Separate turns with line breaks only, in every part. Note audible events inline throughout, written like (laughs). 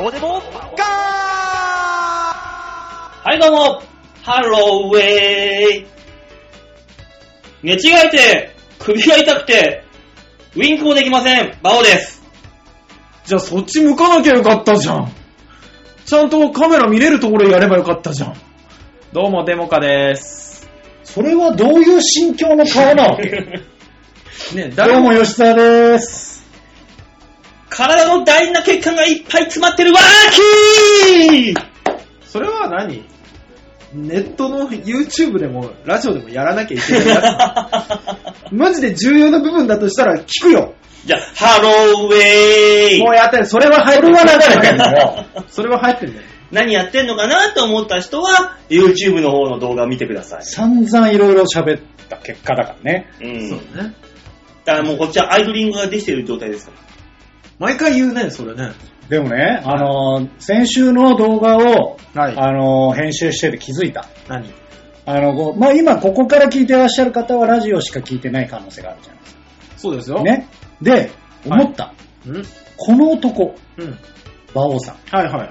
オデモガ
はい、どうも、ハローウェイ寝違えて、首が痛くて、ウィンクもできません、バオ (laughs) です。
じゃあそっち向かなきゃよかったじゃん。ちゃんとカメラ見れるところやればよかったじゃん。どうも、デモカです。
それはどういう心境の顔なの
(laughs) ね、
ど
誰
う
も
も、吉沢です。
体の大事な血管がいっぱい詰まってるわーキー
それは何ネットの YouTube でも、ラジオでもやらなきゃ
(laughs)
いけないやつ。 (laughs) マジで重要な部分だとしたら聞くよ。
じゃあ、ハローウェ
もう
イ
やってる。それは入ってる。
それは流れてんだよ。
(laughs) それは入ってるんだよ。
何やってんのかなと思った人は、YouTube の方の動画を見てください。
散々いろいろ喋った結果だからね。
うん。
そうね。
だからもうこっちはアイドリングができてる状態ですから。
毎回言うね、それね。
でもね、あのー先週の動画を、
はい
あのー編集してて気づいた。
何
あの、こうまあ、今ここから聞いてらっしゃる方はラジオしか聞いてない可能性があるじゃないです
そうです
か。
よ。。
ね。で、
はい
思った。
うん。
この男、
うん。
馬王さん。
はいはいはい。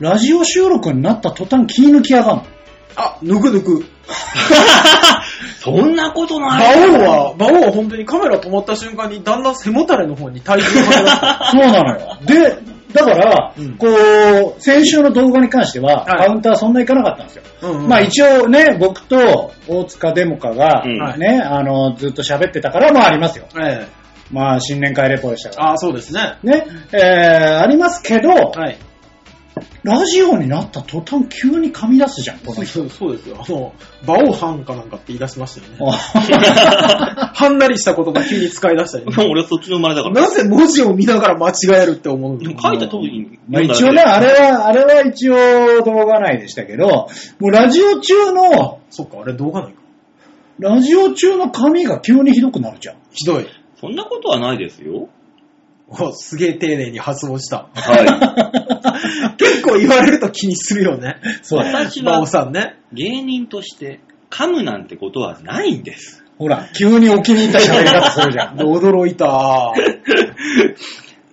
ラジオ収録になった途端気抜きやがん
(laughs)
の。
あ、ぬくぬく。
そんなこと
馬
ない
王は、馬王は本当にカメラ止まった瞬間にだんだん背もたれの方に体重が張り出
(laughs)
した。
そうなのよ。で、だから、
うん
こう、先週の動画に関しては、
はい
カウンターそんな行かなかったんですよ。
うんうん
まあ一応ね、僕と大塚デモカが、
うん
はい
ね、あの、ずっと喋ってたから、まあありますよ。
ええ。
まあ新年会レポでしたから。
ああ、そうですね。
ね、えー、ありますけど、
はい。
ラジオになった途端急に噛み出すじゃん、こ (laughs) の人。
そうそうですよ。あの、馬王藩かなんかって言い出しましたよね。
あ
はんなりした言葉急に使い出したりね。
もう (laughs) 俺はそっちの生まれだから。
なぜ文字を見ながら間違えるって思う
で
の
も書いた通りに
まあ
読んだだ
一
けで。
応ね、あれは、あれは一応動画内でしたけど、もうラジオ中の、
そっか、あれ動画ないか。
ラジオ中の髪が急にひどくなるじゃん。
ひどい。
そんなことはないですよ。
おすげえ丁寧に発音した。
はい。
(laughs) 結構言われると気にするよね。
そう
(laughs)
私
馬
は
王さんね。
(laughs) 芸人として噛むなんてことはないんです。
ほら、急にお気に入った喋り方するじゃん。
驚いた。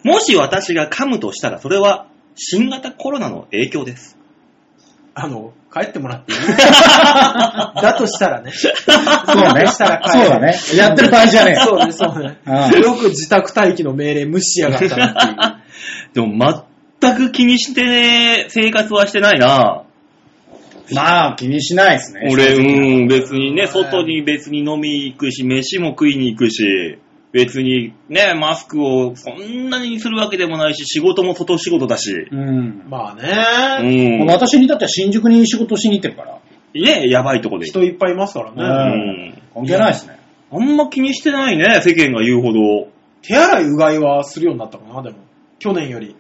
もし私が噛むとしたらそれは新型コロナの影響です。
あの、帰ってもらっていいだとしたらね。そう
そうね。
したら帰
そう
る
だね。やってる場合じゃねえ。
そうね、そうね
う。ん
よく自宅待機の命令無視しやがったなっていう。
でも全く気にしてね、生活はしてないな。
まあ、気にしないですね。
俺、うん、別にね、
はい
外に別に飲み行くし、飯も食いに行くし、別にね、マスクをそんなにするわけでもないし、仕事も外仕事だし。
うん。
まあ
う
ね、
ん。ね、
私にだっては新宿に仕事しに行ってるから、
やばいとこで。
人いっぱいいますからね。
う
うん
ん。
関係ないですね。
あんま気にしてないね、世間が言うほど。
手洗いうがいはするようになったかな、でも。去年より。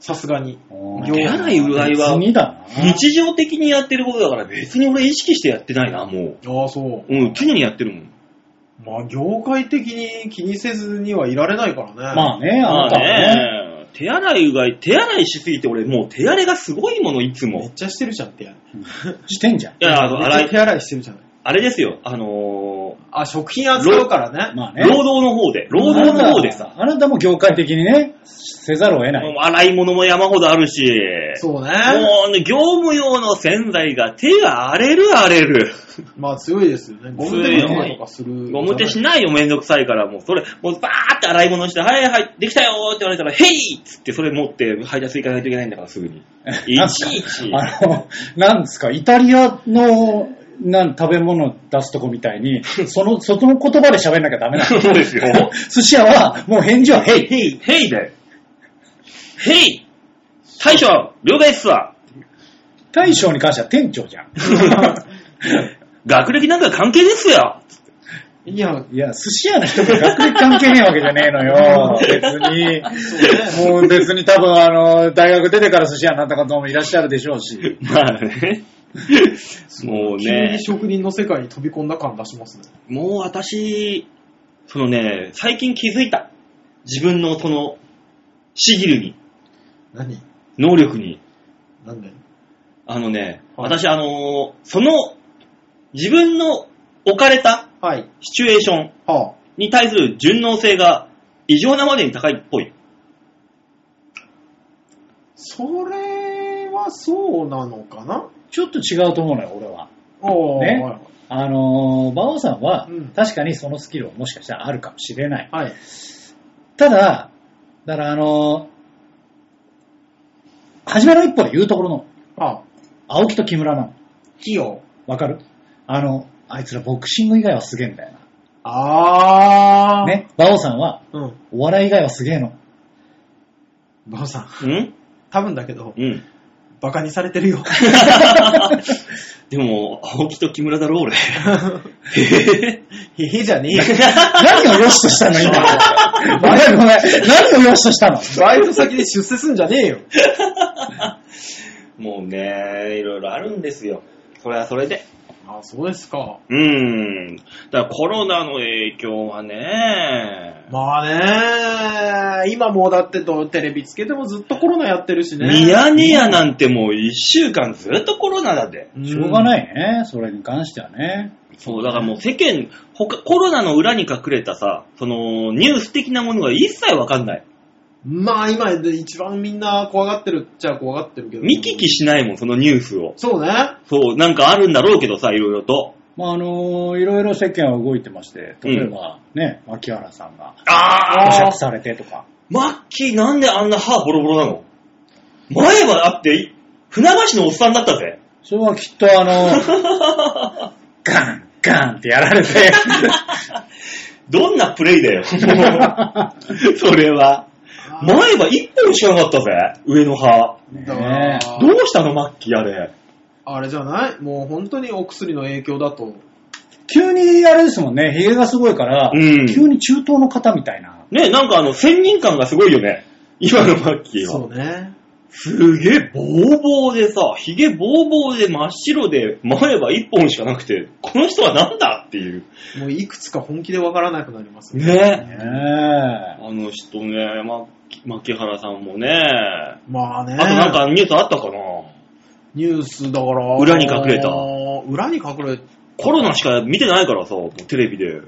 さすがに。
うん
手洗いうがいは
別にだな。
日常的にやってることだから別に俺意識してやってないな、も
ああ、そ
う。
う。
うん、常にやってるもん。
まあ、業界的に気にせずにはいられないからね。
まあね、あ
ま
な
あ
たはね。
ね、手洗いうがい、手洗いしすぎて俺もう手荒れがすごいもの、いつ
め
も
っ。ちゃしてるじゃん、手洗い。
してんじゃん。
いや、あの、
めっ
洗
ちゃ
い、
手洗いしてるじゃない。
あれですよ、あの
あ、食品扱うからね。
まあ
ー、
ね。
労働の方で、労働の方でさ、
あなたも業界的にね、せざるを得ない。
もう洗い物も山ほどあるし、
そうね。
もうね、業務用の洗剤が手が荒れる荒れる。
まあ強いですよね。ゴム手の方とかする。
ゴム手しないよ、めんどくさいから、もうそれ、もうバーって洗い物して、はいはい、できたよーって言われたら、ヘイっつってそれ持って配達行かないといけ (laughs) ないんだから、すぐに。いちいち。
あの、なんですか、イタリアの、なん、食べ物出すとこみたい (laughs) に、その、その言葉で喋んなきゃダメな
(laughs)
の。 (laughs)
そうですよ。
寿司屋は、もう返事は、へい
ヘイ、ヘイで。ヘイ大将、了解っす (laughs) わ。
大将に関しては店長じゃん。
学歴なんか関係ですよ。
いや、そう
いや、寿司屋の人と学歴関係ねえわけじゃねえの
(laughs)
よ。別
ね。
に。もう別に多分あの、大学出てから寿司屋になった方もいらっしゃるでしょうし。
まあね。もう
急
ね
に、職人の世界に飛び込んだ感出しますね。
もう私、そのね、最近気づいた。自分のその、シギルに、
何
能力に。
なんで
あのね、
はい
私、あのーその、自分の置かれた
はい。
シチュエーション
は
に対する順応性が異常なまでに高いっぽい。
あ。それはそうなのかな
ちょっと違うと思うのよ、俺は。
おー
ね
はい
あのー、馬王さんは
うん、
確かにそのスキルはもしかしたらあるかもしれない。
はい。
ただ、だからあのー、初めの一歩で言うところの、
あ、
青木と木村なの。
器用。
わかるあの、あいつらボクシング以外はすげえんだよな。
あー。。
ね。馬王さんは、
うん。
お笑い以外はすげえの。
馬場さん、
うん
多分だけど、
うん。
バカにされてるよ。 (laughs)
でも、青木と木村だろ、俺。
(laughs) へへじゃね (laughs) えよ。
何を良しとしたの、今。 (laughs) ごめんごめん。何を良しとしたの
バイト先で出世すんじゃねえよ。
もうね、いろいろあるんですよ。それはそれで。
あ、そうですか。
うーん。だからコロナの影響はね、
まあね今もうだってとテレビつけてもずっとコロナやってるしね。
ミヤネ屋なんてもう一週間ずっとコロナだって。
しょうが
い。
ないね、それに関してはね。
そう、だからもう世間、他コロナの裏に隠れたさ、その、ニュース的なものが一切わかんない。
まあ今で一番みんな怖がってるっちゃ怖がってるけど。
見聞きしないもん、そのニュースを。
そうね。
そう、なんかあるんだろうけどさ、いろいろと。
まあ、あのいろいろ世間は動いてまして、例えばね、牧原さんが
あ
保
ー
釈されてとか。
マッキーなんであんな歯ボロボロなの前はだって、船橋のおっさんだったぜ。
それはきっとあの (laughs) ガン、ガンってやられて、
どんなプレイだ (laughs) よ。それは。前は一本しかなかったぜ、上の歯。
だか
ね
ら
どうしたの、マッキーあれ。
あれじゃないもう本当にお薬の影響だと。
急にあれですもんね、髭がすごいから、
うん
急に中東の方みたいな。
ね、なんかあの、仙人感がすごいよね。今のマッキー
そ
は。
うね。
すげえ、ボーボーでさ、ひげボーボーで真っ白で、前歯一本しかなくて、この人はなんだっていう。
もういくつか本気でわからなくなりますね。
ね。
ね
あの人ね、ま、牧原さんもね、
まあね。
あとなんかニュースあったかな、
ニュースだから。
裏に隠れた
裏に隠れ
コロナしか見てないからさ、もうテレビで。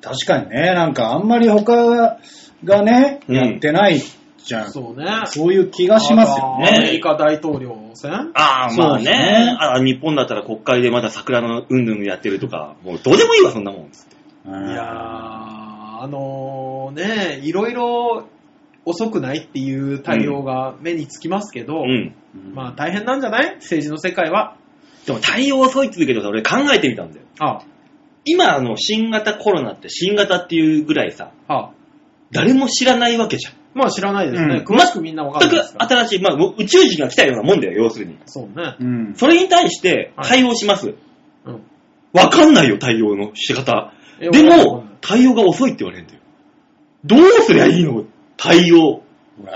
確かにね、なんかあんまり他がね、
うん
やってないじゃん。
そうね。
そういう気がしますよ
あとア
ね。
メリカ大統領選
ああ、まあね
そうですね
あ。日本だったら国会でまだ桜のうんぬんやってるとか、もうどうでもいいわ、そんなもん。
うん
いやー、あのー、ね、いろいろ遅くないっていう対応が目につきますけど、
うん。
まあ大変なんじゃない政治の世界は。
でも対応遅いって言うけどさ、俺考えてみたんだよ。
あ
今、あの、新型コロナって新型っていうぐらいさ、
あ、
誰も知らないわけじゃん。
まあ知らないですね。
うん
詳しくみんなわか
全
んない
く
ですから。
新しい、まあ、宇宙人が来たようなもんだよ、要するに。
そうね。
うん。
それに対して
はい
対応します。
うん。
わかんないよ、対応の仕方。
え
で
わ
も
かんない、
対応が遅いって言われるんだよ。どうすりゃいいの対応。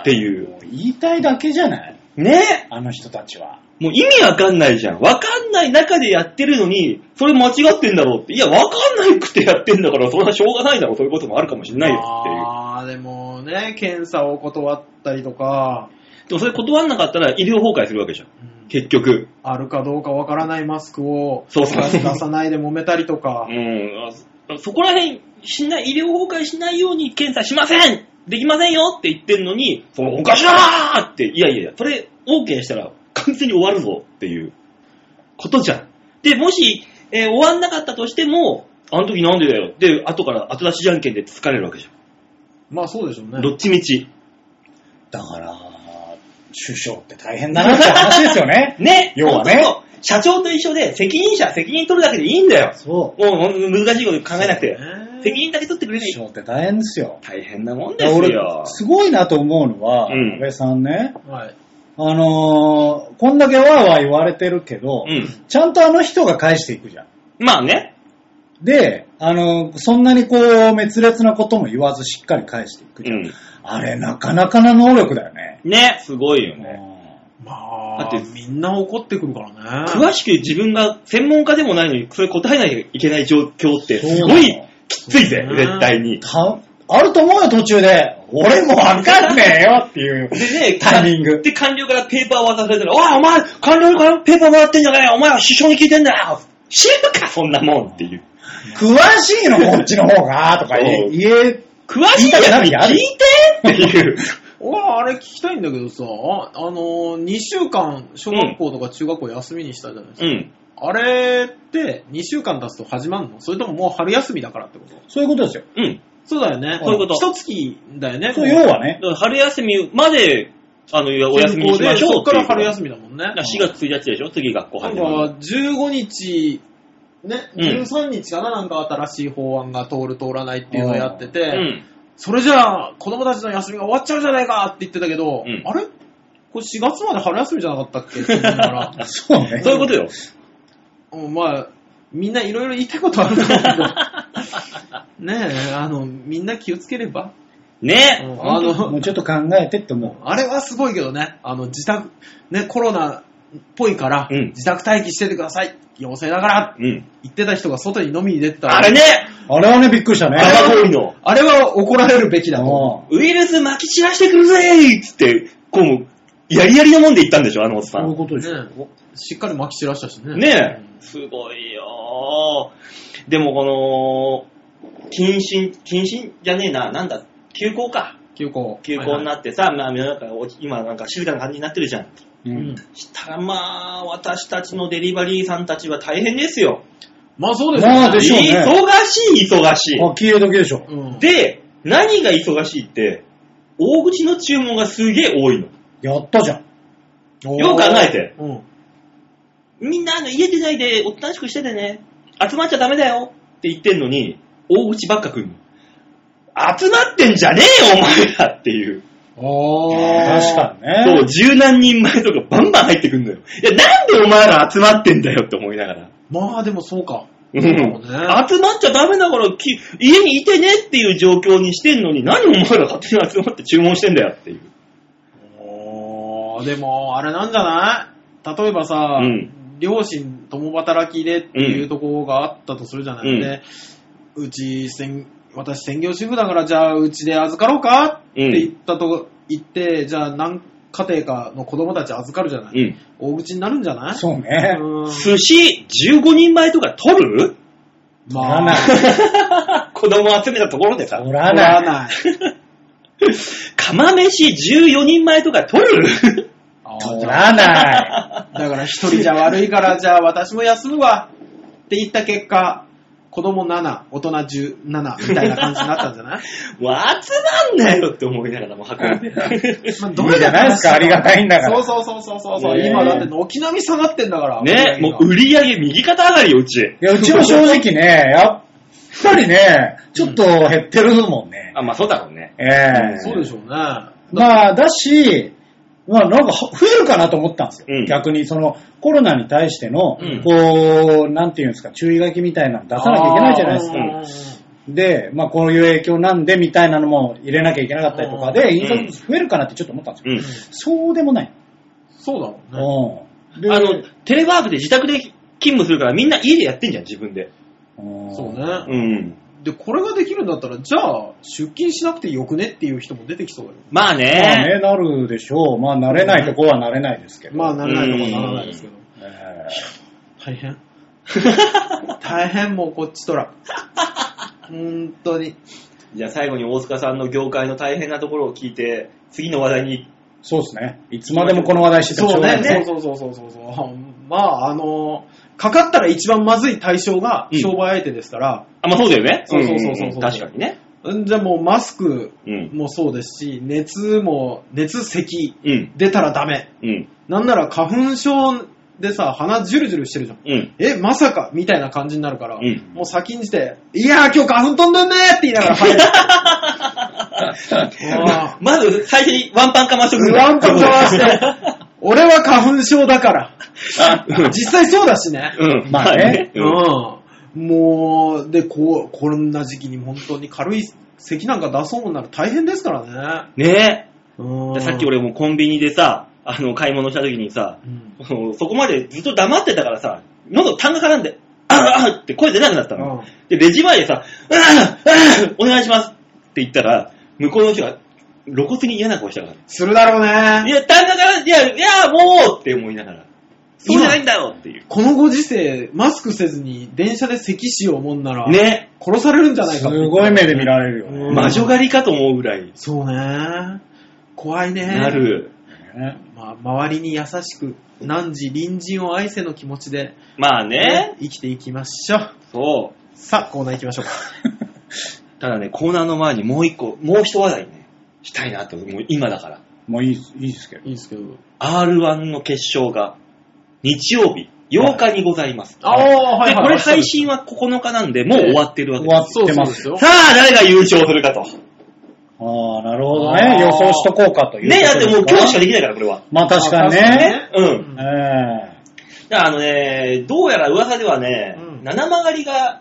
っていう
も言いたいだけじゃない
ね
あの人たちは。
もう意味わかんないじゃん。わかんない中でやってるのに、それ間違ってんだろうって。いや、わかんないくてやってんだから、そんなしょうがないだろう。そういうこともあるかもしれないよっていう。
ああ、でもね、検査を断ったりとか、
でもそれ断んなかったら医療崩壊するわけじゃん。
うん
結局。
あるかどうかわからないマスクを
そう
出
そう
さないで揉めたりとか
う、ん。あそこら辺、しない、医療崩壊しないように検査しませんできませんよって言ってんのに、そのおかしなーって、いやいやいや、それ OK したら完全に終わるぞっていうことじゃん。で、もし、えー終わんなかったとしても、あの時なんでだよで、後から後出しじゃんけんで疲れるわけじ
まあそうでしょう
ゃん。
ね。
どっちみち。
だから、首相って大変だなって話です
(laughs)
よね。
ね
要はね
ほんとそう社長と一緒で責任者、責任取るだけでいいんだよ。
そ
もうほんと難しいこと考えなくて。
ね
責任だけ取ってく
う。
れな
首
い。
相って大変ですよ。
大変なもん
い
で
や
す
俺
よ、。
すごいなと思うのは、
うん
安倍さんね、
はい。
あのーこんだけわーわー言われてるけど、
うん。
ちゃんとあの人が返していくじゃん。
まあね。
で、あのーそんなにこう、滅裂なことも言わずしっかり返していくじゃん。
ん。
あれ、なかなかな能力だよね。
ね、すごいよね。
う
まあ、
だ
だ
っ
っててみんな怒ってくるからね。
詳しく自分が専門家でもないのに、それ答えなきゃいけない状況って、すご
そうないの
きついぜ
う、ん
絶対に
ん。たあると思うよ、途中で。俺もわかんねえよっていう。
で (laughs) ね、
タイミング
で、官僚からペーパー渡されたら、おい、お前、官僚からペーパーもらってんじゃねえよお前は首相に聞いてんだよ知るか、そんなもんっていう。
詳しいの、こっちの方が、とか言
そう
え、言え、
詳しいやつ
言いたくなる
聞
やつ
いてっていう。
俺はあれ聞きたいんだけどさ、あのー、2週間、小学校とか中学校休みにしたじゃないです
う
か。
ん。
あれって、2週間経つと始まるのそれとももう春休みだからってこと
そういうことですよ。
うん。
そうだよね。
そういうこと
一月だよね。
そう要はね
だ、から春休みまで、あの、お休みにしましょう
そっから春
み。
休みだもんね。
だから4月1日でしょ次学校
なん
始まる。
か、15日、ね、
うん
13日かな、なんか新しい法案が通る通らないっていうのをやってて、
うん。
それじゃあ、子供たちの休みが終わっちゃうじゃないかって言ってたけど、
うん
あれこれ4月まで春休みじゃなかったっけって言いながら
そうね。
そういうことよ。
うんまあ、みんないろいろ言いたいことあると思うけど、
(laughs)
ねえ、あの、みんな気をつければ、う
ね。
んあの、
もうちょっと考えてって思う。
あれはすごいけどね、あの、自宅、ね、コロナっぽいから、
うん
自宅待機しててください。陽性だから
うん。
言ってた人が外に飲みに出てたら
あれね
あれはね、びっくりしたね。
バカ氷の。
あれは怒られるべきだと。
も
ウイルス撒き散らしてくるぜーっつって、こうもう、やりやりのもんで言ったんでしょ、あのおっ
う、そ
さ。
ういうんこと
ね
でしょ。
しっかり撒き散らしたしね。
ねえ。すごいよー。でもこの、謹慎、謹慎じゃねえな、なんだ、休校か。
休校。
休校になってさ、まあ世の中お、今なんか静かな感じになってるじゃん。
う
はいはいうんん。
したらまあ、私たちのデリバリーさんたちは大変ですよ。
まあそうですよ
まあでしょうね
忙しい、忙し
あ、消え時でしょ。
うん
い。で、何が忙しいって、大口の注文がすげえ多いの。
やったじゃん。
よく考えて。
うん。
みんなあの家出ないでおとなしくしててね。集まっちゃダメだよって言ってんのに、大口ばっか来るの。集まってんじゃねえよ、お前らっていう。
ああ。
確かに
そう、
ね。
十何人前とかバンバン入ってくんのよ。いや、なんでお前ら集まってんだよって思いながら。
まあでもそうか。
うん
そうかもね。
集まっちゃダメだからき、家にいてねっていう状況にしてんのに、何お前ら勝手に集まって注文してんだよっていう。
おーでも、あれなんじゃない例えばさ、
うん
両親共働きでっていうところがあったとするじゃない、
うん
でうち専、私専業主婦だから、じゃあうちで預かろうかって言ったと、言って、じゃあ何家庭かの子供たち預かるじゃない、
うん。
大口になるんじゃない
そうね。
うん
寿司15人前とか取る
取ら
ま
な
あ
い、。
子供集めたところでさ。
取ら
取
な
ら
い。
ない。
釜飯14人前とか取る
あー
取 (laughs)
じゃ
ら
あ
ない。
だから一人じゃ悪いから、じゃあ私も休むわって言った結果、子供7、大人17みたいな感じになったんじ
(laughs)
ゃない
もう集まんなよって思いながらもう運 (laughs) んで。
まあ
いいじゃない
(laughs)
ですかありがたいんだから
そうそうそうそうそうそう、
ねえ
今だって軒並み下がってんだから。
ね、もう売り上げ右肩上がりよ、うち。
いや、うちも正直ね、やっぱりね、ちょっと減ってるもんね。
あ、まあそうだろうね。
ええ
そうでしょうね。
まあ、だし、まあ、なんか増えるかなと思ったんですよ。
うん
逆に、その、コロナに対しての、
うん
こう、なんていうんですか、注意書きみたいなの出さなきゃいけないじゃないですか。
ですか。
で、まあ、こういう影響なんで、みたいなのも入れなきゃいけなかったりとか
う
で、
ん
印刷物増えるかなってちょっと思ったんですよ。
うん。
そうでもない。
そうだも
う
んね。
ん。で
あの、テレワークで自宅で勤務するからみんな家でやってんじゃん、自分で。
うん
そう
う
ね。
ん。
で、これができるんだったら、じゃあ、出勤しなくてよくねっていう人も出てきそうだよ。
まあね。
まあね、なるでしょう。まあ、慣れないとこは慣れないですけど。
まあ、
ね
ならないとかならないですけど。
(laughs)
大変。大変もうこっちとら。本当に。
じゃあ最後に大塚さんの業界の大変なところを聞いて、次の話題に。
そうですね。いつまでもこの話題しててもし
そ
ょう
う
がな
ね
いですね。
そうそうそうそうそう。まあ、あのかかったら一番まずい対象が商売相手ですから、
あ、まあそうだよね。
そうそうそうそうん
んん確かにね。
うんじゃあもうマスク
うん。
もそうですし、熱も、熱、咳、
うん。
出たらダメ。
うん。
なんなら花粉症でさ、鼻ジュルジュルしてるじゃん。
うん。
え、まさかみたいな感じになるから、
うん
もう先んじて、いやー今日花粉飛んでんねーって言いながら入る。あ
(laughs) まず最初にワンパンかましとく
ー
んだ
ワンパンかわして、 (laughs) 俺は花粉症だから。
あうん
実際そうだしね。
うん。
まあね
う
うんん。もう、で、こう、こんな時期に本当に軽い咳なんか出そうなら大変ですからね。
ね
う
え。
ん。
さっき、俺もコンビニでさ、あの、買い物した時にさ、
うん。
あのそこまでずっと黙ってたからさ、喉痰が絡んで、あーあーって声出なくなったの。で、レジ前でさ、あーあーお願いしますって言ったら、向こうの人が露骨に嫌な顔したから。
するだろう
い
ね。
や、旦那が、いや、いや、もうって思いながら。そうじゃないんだよっていう。
このご時世、マスクせずに電車で咳しようもんなら、
ね。
殺されるんじゃない
す
かって
ごい目で見られるよね。
うん
魔女狩りかと思うぐらい。
そうね。怖いね。
な。る。
ね
まあ、周りに優しく、何時隣人を愛せの気持ちで、
まあね、
生きていきましょう。
そう。
さあ、コーナー行きましょうか。
ただね、コーナーの前にもう一個、もう一話題ね、したいなって、もう今だから。
もういいですいいですけど。
いいですけど。
R1 の決勝が、日曜日、8日にございます。
ああ、はい、
で、
はい。
これ配信は9日なんで、もう終わってるわけ
終
で
わ
そ
っ
う
て
そ
ま。
うですすよ。
す。さあ、誰が優勝するかと。
ああ、なるほど
あー
ね。予想しとこうかという。
ね、だってもう今日しかできないから、これは。
まあ確かに
あ確か
ね
にね。
うん。
ええ
いやあのね、どうやら噂ではね、
うん
七曲がりが、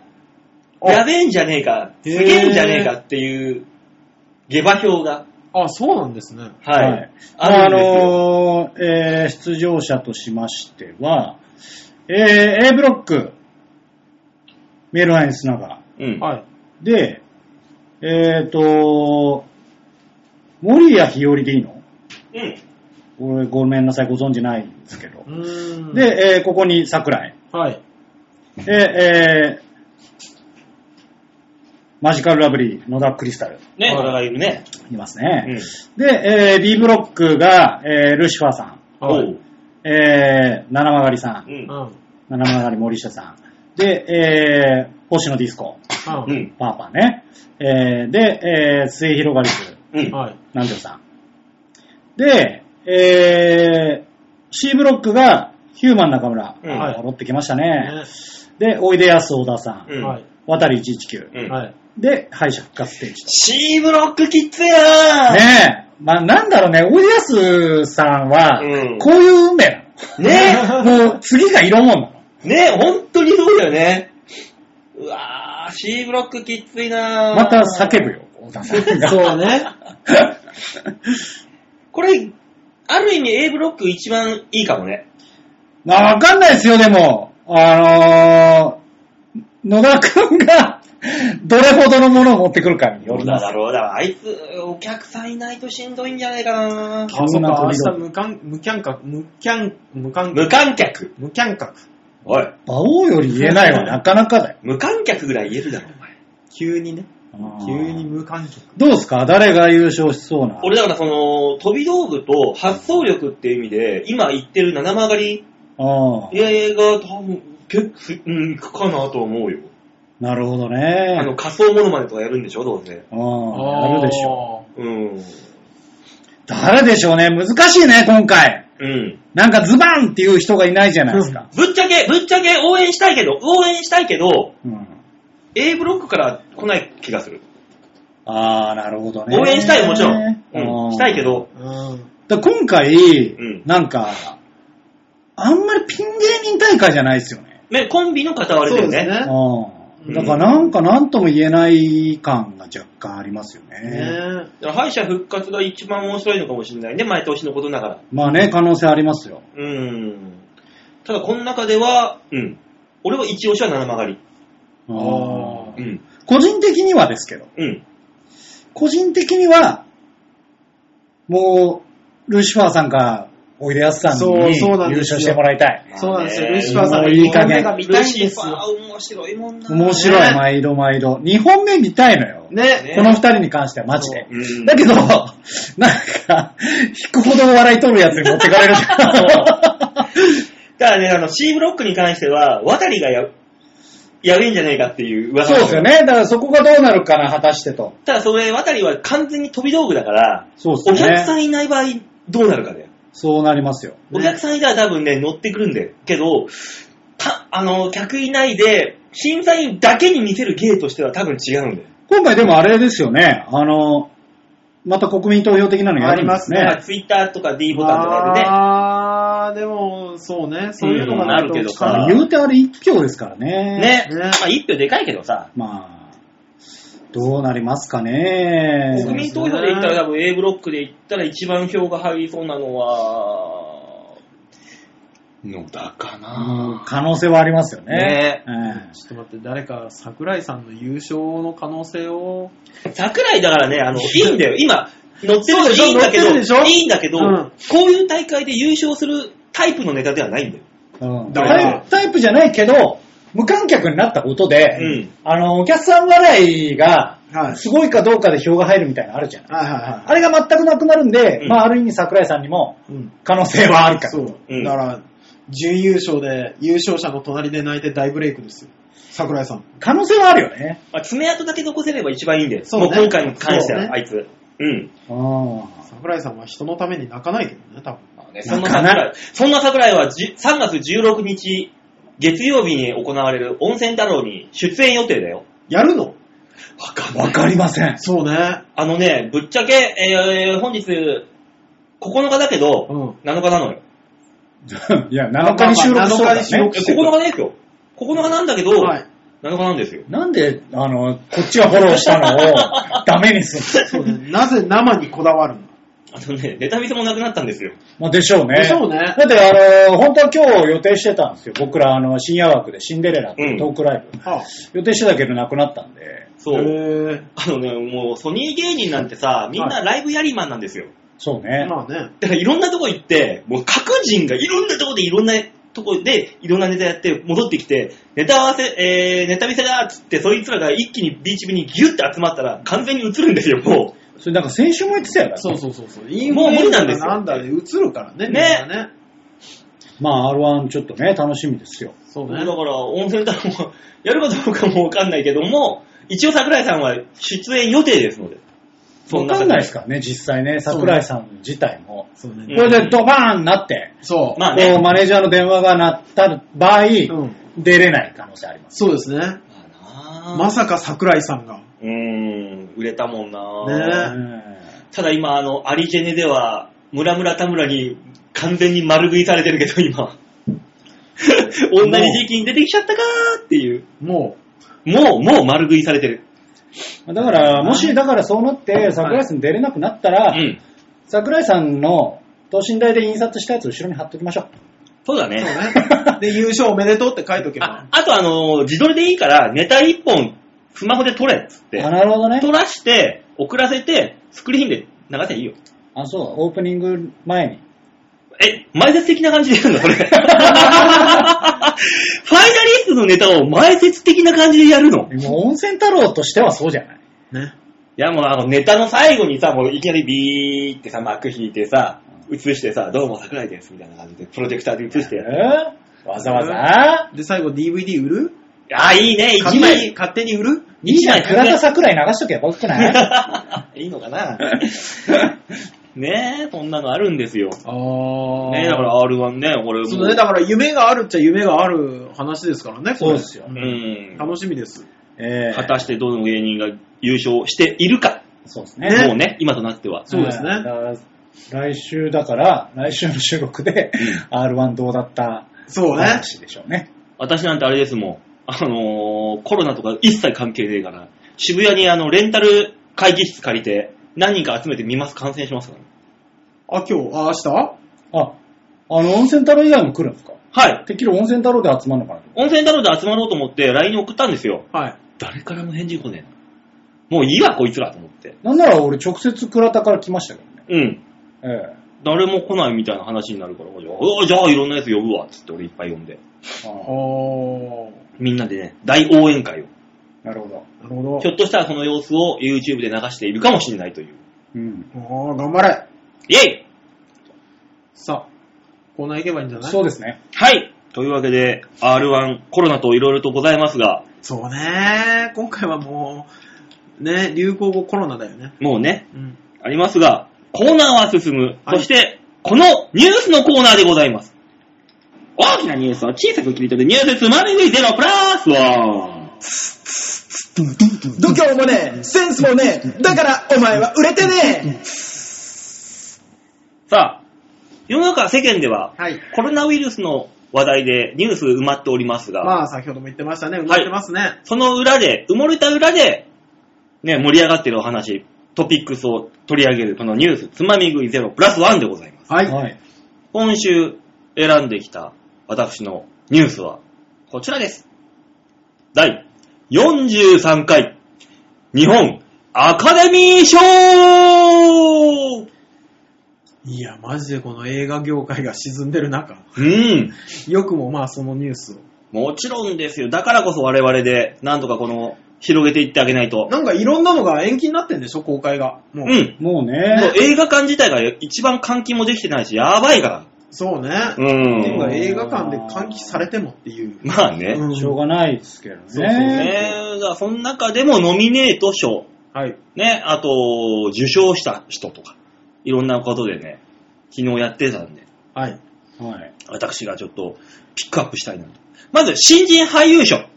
あ
やべえんじゃねえか、す
へー
げえんじゃねえかっていう、下馬評が、
あ、そうなんですね。
はい、
まあ、
あ
あ
るんですよ。
のーえー出場者としましては、えー A ブロック、メールラインスナガ
うん。
はい。
で、えっ、と、森谷日和でいいの
うん。
俺ごめんなさい、ご存知ないんですけど
う。ーん。、
で、えーここに桜井。
はい。
で、えーマジカルラブリー、野田クリスタル。
ね、
はい
野田がいるね。
います
う
ね。
ん。
で、えー B ブロックが、えールシファーさん。
は
お
い。
う
えー、七曲りさ
う。
ん、
うんん。
七曲り森下さん。で、えー、星野ディスコ、
う。
うん
パーパーね。えー、で、えー、末広がりず、
うん
ん。。はい。
南條さん。で、えー、C ブロックが、ヒューマン中村。
うん
あー戻ってきましたね。
ね
で、おいでやす小田さん。
うん
はい。
渡り119。
うん
はい。
で、敗者復活ステージと。
C ブロックキッズやー
ねえ。まあ、なんだろうね、おいでやすさんは、
うん
こういう運命なの。
ね
もう次が色もんなの。
ね本当にそうだよね。うわー、C ブロックきついなー
また叫ぶよ、小田さんが。
そうね。
これ、ある意味 A ブロック一番いいかもね。
まあ、わかんないですよ、でも。あのー、野田くんが、どれほどのものを持ってくるかによります。
ろうだわ。あいつ、お客さんいないとしんどいんじゃないかな
あ、そ
急
う
な
か。明
飛び道
日無観、無観客、無観、無観
無
客、
観客。
無観客。
おい、
馬王より言えないはなかなかだよ。
無観客ぐらい言えるだろ、お前。
急にね。急に
うん
無観客。
どうですか誰が優勝しそうな。
俺だからその、飛び道具と発想力っていう意味で、今言ってる七曲り
うん
映画多分、結構、うん、いくかなと思うよ。
なるほどね。
あの、仮想モノマネとかやるんでしょ、どうせ。
うんやるでしょ。
ょ。
うん。
誰でしょうね。難しいね、今回。
うん。
なんかズバンっていう人がいないじゃないですか。
ぶっちゃけ、ぶっちゃけ応援したいけど、応援したいけど、
うん、
A ブロックから来ない気がする。
ああ、なるほどね。
応援したいよもちろん。
う
うん。したいけど、
うん。
だから今回、
ん
なんか、あんまりピン芸人大会じゃないですよね。
ね、コンビの片割れだよ
そうです
ね。
う
ね。
ん。だからなんか何とも言えない感が若干ありますよね。
ね
だから敗者復活が一番面白いのかもしれないね、毎年のことながら。
まあね、可能性ありますよ。
うん。ただ、この中では、うん。俺は一押しは七曲がり。
う
あ
ん
ー
うん。
個人的にはですけど、
うん。
個人的には、もう、ルシファーさんか、おいでやすさんに
そう
優
そうなんですよ
勝してもらいたい。
そうなんですよ。ルシファーさ
今
も
んの
ういい加減
夢が見たいんで
ルシ
す
ファ
よ。
ー面白いもんな。
面白い、毎度毎度。2本目見たいのよ。
ね。
この二人に関してはマジで。
うん。
だけど、なんか、引くほど笑い取るやつに持ってかれるじゃん。
だからね、あの、C ブロックに関しては、渡りがや、やべえんじゃねえかっていう噂
そうですよ。ね。だからそこがどうなるかな、果たしてと。
ただ、それ、渡りは完全に飛び道具だから、
そう
お
ですよ
客さ
ね。
んいない場合、どうなるかだよ。
そうなりますよ。
お客さんいたら多分ね、乗ってくるんだよ。けど、た、あの、客いないで、審査員だけに見せる芸としては多分違うんだよ。
今回でもあれですよね。あの、また国民投票的なのやるんです
あ
だ
り
から。
ね
ツイッターとか D ボタンとかでね。
あー、でも、そうね。そういうのがないと
うんなるけどさ
か
あ
言うてあれ一票ですからね。
ね。
ね
まあ、一票でかいけどさ。
まあ、どうなりますかね。
国民投票で言ったら多分 A ブロックで言ったら一番票が入りそうなのは、のだか
うん
な
可能性はありますよね。
ね
ええ
ちょっと待って、誰か桜井さんの優勝の可能性を。
桜井だからね、あ
(laughs)
の、いいんだよ。今、乗ってるの
そうでしょ
いいんだけ
乗ってるでしょ
ど、いいんだけど、
うん
こういう大会で優勝するタイプのネタではないんだよ。
うん
だから
タイプタイプじゃないけど、無観客になったことで、
うん
あの、お客さん笑いが
は、い
すごいかどうかで票が入るみたいなのあるじゃない、
はいはいはい。
あれが全くなくなるんで、
うん
まあ、ある意味桜井さんにも
うん。
可能性はあるから。
そう
うん。
だから、準優勝で優勝者の隣で泣いて大ブレイクですよ。桜井さん。
可能性はあるよね。
まあ、爪痕だけ残せれば一番いいんで、
そうね
もう今回に関しては、
そうね
あいつ。うん。
桜井さんは人のために泣かないけどね、多分。
そんな桜井、そんな桜井はじ3月16日、月曜日に行われる温泉太郎に出演予定だよ。
やるの
わかん
わかりま
(laughs)
せん。
そうね。
あのね、ぶっちゃけ、えー、本日、9日だけど、
うん
7日なのよ。
いや、7日に収録し
まあまあ7日
て
に収
え9
る、ね
録。
日ですよ。9日なんだけど、
はい。
7日なんですよ。
なんで、あの、こっちがフォローしたの
(laughs)
をダメにすん
そうね。なぜ生にこだわるの
あのね、ネタ見せもなくなったんですよ。
のまあでしょうね。
でしょうね
だって、あの、本当は今日予定してたんですよ。僕ら、あの、深夜枠でシンデレラっていうトークライブ。
はあ、
予定してたけどなくなったんで、
そう。
へ
あのね、もうソニー芸人なんてさ、みんなライブやりマンなんですよ。
そう
え。
ね。
まあね。
だからいろんなとこ行って、もう各人がいろんなとこでいろんなとこでいろんなネタやって戻ってきて、ネタ合わせ、えー、ネタ見せだっつって、そいつらが一気にビーチ部にギュッて集まったら完全に映るんですよ、も
それなんか先週も言ってたよな。
そうそうそうそう。イ
もう無理なんですよ
なんだで映るから
ね。
ね。みんなね。
まあ R1 ちょっとね、楽しみですよ。
そうう
だか
ね。
ら、温泉太郎もやるかどうかもわかんないけども、一応桜井さんは出演予定ですので。
わかんないですからね、実際ね、桜井さん自体も。
そう
う
こ
ん
ね。
れでドバーンなって、
そう。
まあ
こう
ね。
マネージャーの電話が鳴った場合、
うん。
出れない可能性あります。
そうですね。ま
ま
さか桜井さんが。
うーん、売れたもん
ね
な、
う
ただ今、あの、アリジェネでは、村村田村に完全に丸食いされてるけど、今。 (laughs) 女に時期に出てきちゃったかーっていう。
も
もう、もう丸食いされてる。
うんだから、もし、だからそうなって、桜井さん出れなくなった
う
ら、
ん。
桜井さんの等身大で印刷したやつを後ろに貼っときましょう。
そうだ
う。
ね。 (laughs)
そうね。で、優勝おめでとうって書いとけ
あ (laughs)
ば。
あと、あのー自撮りでいいから、ネタ一本、スマホで撮れっつって
あ、。なるほどね。
撮らして、送らせて、スクリーンで流せばいいよ。
あ、そう、オープニング前に。
え、前説的な感じでやるんだ、それ。 (laughs) ファイナリストのネタを前説的な感じでやるの。い
もう温泉太郎としてはそうじゃない
ね。
や、もうあの、ネタの最後にさ、もういきなりビーってさ、幕引いてさ、映してさ、どうも桜井です、みたいな感じで、プロジェクターで映してやる。
えーわざわざ
で、最後 DVD 売る
あ、いいね、一
勝手に
枚。 (laughs)
勝手に売る
いいじゃん、倉田桜井流しとけばよくない
いいのかな (laughs) ねえ、そんなのあるんですよ。
あー
ねえ、だから R1 ね、これも
そうね、だから夢があるっちゃ夢がある話ですからね、これ
そうですよ
う
うん
ん。
楽しみです。
えー
果たしてどの芸人が優勝しているか。
そうですね。
もうね、今となっては。
そうですね
はいだから来週だから、来週の収録で、R1 どうだった
そうね。
話でしょうね。
私なんてあれですもん。あのーコロナとか一切関係ねえから、渋谷にあの、レンタル会議室借りて、何人か集めて見ます、感染しますから、ね。
あ、今日、あ、明日
あ、あの、温泉太郎以外も来るんですか
はい。
てっきり温泉太郎で集まるのかなと。
温泉太郎で集まろうと思って LINE 送ったんですよ。
はい。
誰からも返事来ねえな。もういいわ、こいつらと思って。
なんなら俺直接倉田から来ましたけどね。
うん。
え
誰も来ないみたいな話になるから、じゃあ、じゃあいろんなやつ呼ぶわ、つって俺いっぱい呼んで。
えあ
おー。
みんなでね、大応援会を。
あなるほど。
なるほ
ひょ
ど。
っとしたらその様子を YouTube で流しているかもしれないという。
うん。
おー、頑張れ。
イェイ
さあ、コーナー行けばいいんじゃない
そうですね。
はいというわけで、R1 コロナといろいろとございますが、
そうね。今回はもう、ね、流行語コロナだよね。
もうね、
うん。
ありますが、コーナーは進む。
はい
そして、このニュースのコーナーでございます。大きなニュースを小さく切り取るニュースつまみ食いゼロプラスワン
度胸もねえセンスもねえだからお前は売れてね
さあ、世の中世間では、
はい。
コロナウイルスの話題でニュース埋まっておりますが、
まあ、先ほども言ってましたね。埋まってますね。
その裏で、埋もれた裏で、ね、盛り上がってるお話、トピックスを取り上げる、このニュース、つまみ食いゼロプラスワンでございます。
はい。
はい。
今週選んできた私のニュースは、こちらです。第43回、日本アカデミー賞
いや、マジでこの映画業界が沈んでる中、
うん。
よくもまあそのニュースを。
もちろんですよ。だからこそ我々で、なんとかこの、広げていってあげないと。
なんかいろんなのが延期になってんでしょ、公開が。もう。
うん。
もう
もう
ね。
映画館自体が一番換気もできてないし、やばいか
そうね。
ら。う
っていうか
ん。
映画館で換気されてもっていう。
まあね。
うん
しょうがないですけどね。
そうそう
ねだからその中でもノミネート賞、
はい。
ね、あと、受賞した人とか、いろんなことでね、昨日やってたんで、
はい。
はい。
私がちょっとピックアップしたいなと。まず、新人俳優賞。
あ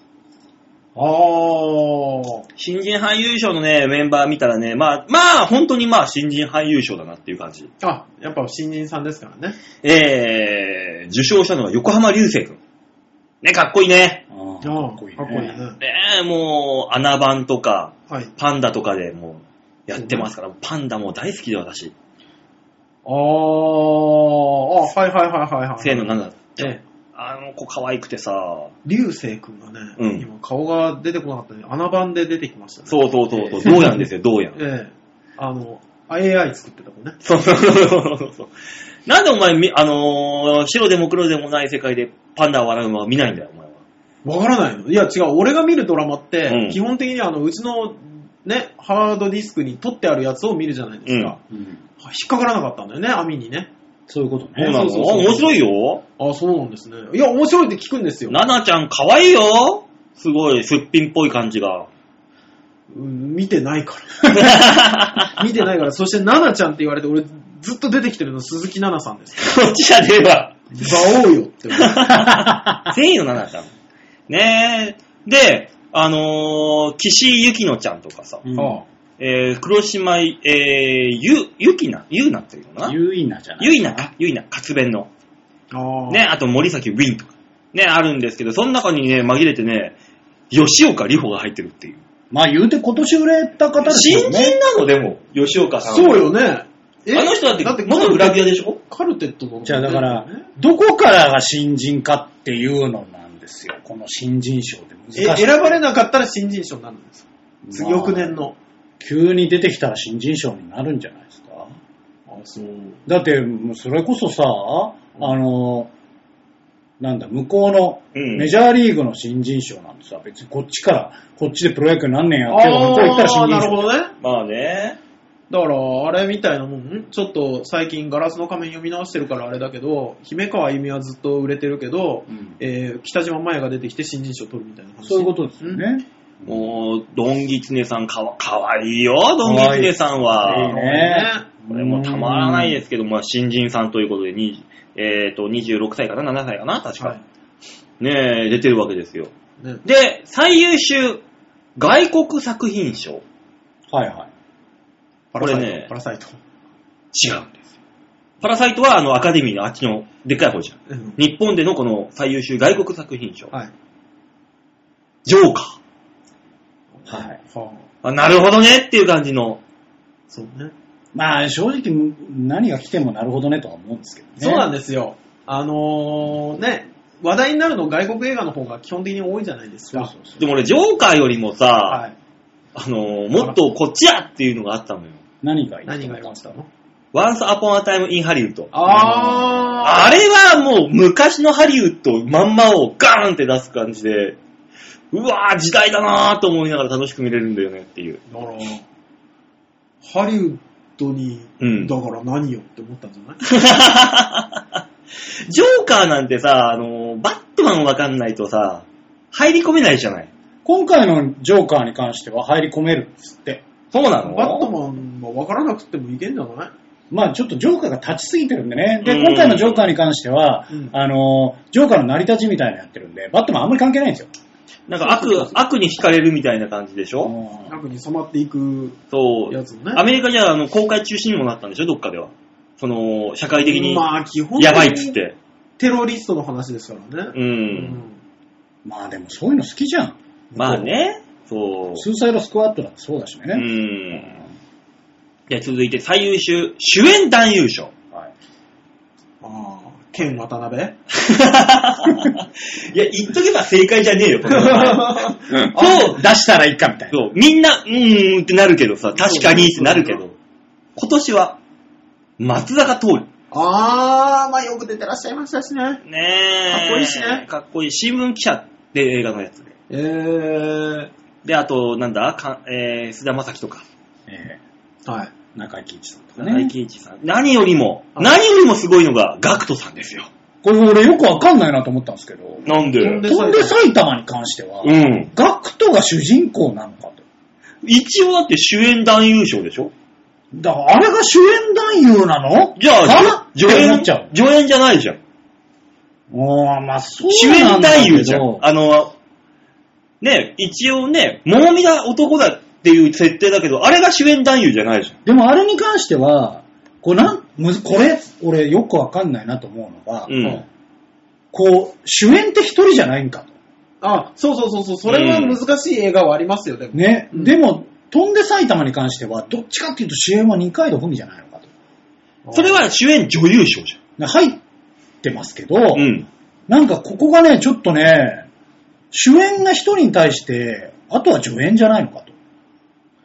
ー。
新人俳優賞のね、メンバー見たらね、まあ、まあ、本当にまあ、新人俳優賞だなっていう感じ。
あ、やっぱ新人さんですからね。
えー、受賞したのは横浜流星君。ね、かっこいいね。
あー
あー
かっこいいね。
かっこいいね。
ねえ、もう、穴番とか、
はい。
パンダとかでもう、やってますから、パンダもう大好きで私。
あー、あ、はいはいはいはい、はい。
せーのなんだっ
え
て
え。
あの子可愛くてさ、
流星くんがね、
うん
今顔が出てこなかったね。穴番で出てきましたね。
そうそうそうそう、どうやんですよ、どうやん。
ええあの、AI 作ってた子ね。
そうそうそうそう。なんでお前み、あのー白でも黒でもない世界でパンダを笑うのは見ないんだよ、お前は。
わからないのいや違う、俺が見るドラマって、
うん
基本的にあの、うちのね、ハードディスクに取ってあるやつを見るじゃないですか。
うん
引っかからなかったんだよね、網にね。
そういうこと
そう
ね。
なの
そうそうそう
面白いよ。
あ、そうなんですね。いや、面白いって聞くんですよ。
ななちゃん可愛いよ。すごい、すっぴんっぽい感じが。
うん見てな
(laughs)
いから。見てないから。そして、ナナちゃんって言われて、俺、ずっと出てきてるの、鈴木奈々さんです。
こっちじゃねえわ。
バオよって思う。
(laughs)
全員のななちゃん。ねえ。で、あのー岸井ゆきのちゃんとかさ、
うん
あ
えー、黒島い、えー、ゆ、ゆきな、ゆうなっていうのかな
ゆいなじゃない
ゆいなか、ゆいな、活弁の。
あああ
ね、あと森崎ウィンとか。ね、あるんですけど、その中にね、紛れてね、吉岡里帆が入ってるっていう。
まあ言うて今年売れた方です
新人
よね。
なのでも、吉岡さんは。
そうよね。え
あの人だって、元グラビアでしょ
カルテットの。
じゃあだから、どこからが新人かっていうのなんですよ。この新人賞って
え、
難しい。
選ばれなかったら新人賞になるんですよ。
まあ
翌年の。
急に出てきたら新人賞になるんじゃないですか。
あ、そう。
だって、もうそれこそさ、あの、なんだ、向こうの
うん
メジャーリーグの新人賞なんてさ、別にこっちから、こっちでプロ野球何年やってるの向こう行ったら新
あーな
人
るほ
賞。
どね。
まあね。
だから、あれみたいなもん、ちょっと最近ガラスの仮面読み直してるからあれだけど、姫川あゆみはずっと売れてるけど、
うん
えー北島麻也が出てきて新人賞取るみたいな話。
そういうことですよね。
もう、ドンギツネさんかわ、かわいいよ、ドンギツネさん
か
は。
わいい
うん。ね
ね。
これもたまらないですけど、まあ、新人さんということで、にえっ、と、26歳かな、7歳かな、確か。
はい
ねえ、出てるわけですよ。
ね
で、最優秀、外国作品賞。
はいはい。
パラサイト。
これね
パラサイト。
違うんですよ。パラサイトは、あの、アカデミーのあっちの、でっかい方じゃん。
うん
日本でのこの最優秀外国作品賞。
はい。
ジョーカー
はい。
はあ、
あ。なるほどねっていう感じの。
そうね。
まあ正直何が来てもなるほどねとは思うんですけどね。
そうなん
で
ですよ。あのー、ね、話題になるの外国映画の方が基本的に多いじゃないです
そう
か
そ。うそう
でも俺、ジョーカーよりもさ、
はい。
あの、もっとこっちやっていうのがあったのよ。
何がいい
何がいましたの
Once Upon a Time in Hollywood。
あ
あれはもう昔のハリウッドまんまをガーンって出す感じで、うわー時代だなーと思いながら楽しく見れるんだよねっていう。
ーだから、ハリウッドに、
うん
だから何よって思ったんじゃない
ジョーカーなんてさ、あの、バットマンわかんないとさ、入り込めないじゃない。
今回のジョーカーに関しては入り込めるんですって。
そうなの
バットマンは分からなくてもいけんじゃない
まあちょっとジョーカーが立ちすぎてるんでね。で、
うん
今回のジョーカーに関しては、
うん
あの、ジョーカーの成り立ちみたいなのやってるんで、バットマンあんまり関係ないんですよ。
なんか悪、悪に惹かれるみたいな感じでしょ、
うん
悪に染まっていく
そう。
やつもね。
アメリカじゃあの公開中止にもなったんでしょどっかでは。その、社会的に、
まあ、基本
やばいっつっ。て。
テロリストの話ですか
う。
らね。うん
まあでもそういうの好きじゃん。
まあ。ね、そう。
スーサイドスクワットだってそうだし
う
ね。
ん。じゃあ続いて最優秀、主演男優 (laughs) 賞。
はい
ああ、ケン渡辺
いや、言っとけば正解じゃねえよ、これ (laughs) は
(laughs)
今日出したらいいかみたいな。
そう、みんな、うーんってなるけどさ、確かにってなるけど、今年は、松坂桃李。
あー、まあよく出てらっしゃいましたしね。
ねえ。
かっこいいしね
かっこいい。新聞記者って映画のやつで。
えー、
で、あと、なんだ、かえー、菅田将暉とか、
え
はい。
ー、中井貴一さんとか
中井
ね。
貴一さん。何よりも、何よりもすごいのが、ガクトさんですよ。
これ俺よくわかんないなと思ったんですけど、
なんで
飛んで
飛んで埼玉に関しては、
うん。
ガクトが主人公なのかと。
一応だって主演男優賞でしょ
だからあれが主演男優なの
じゃあ
か、
じょ
っ
助
て思
演
っちゃう。
助演じゃないじゃん。
もう、まあ、そう
主
な
演
んだ
男
け
優じゃん
ど。。
あの、ね、一応ね、もみだ男だっていう設定だけど、あれが主演男優じゃないじゃん。
でもあれに関しては、こうなん、むずこれ、俺よくわかんないなと思うのが、
うん
こう、主演って一人じゃないんかと。
あ、そうそうそうそう、それは難しい映画はありますよ、でも。
ね。
うん
でも、飛んで埼玉に関しては、どっちかっていうと主演は二階堂ふみじゃないのかと。
それは主演女優賞じ
で入ってますけど、
ゃん。うん。
なんかここがね、ちょっとね、主演が一人に対して、あとは助演じゃないのかと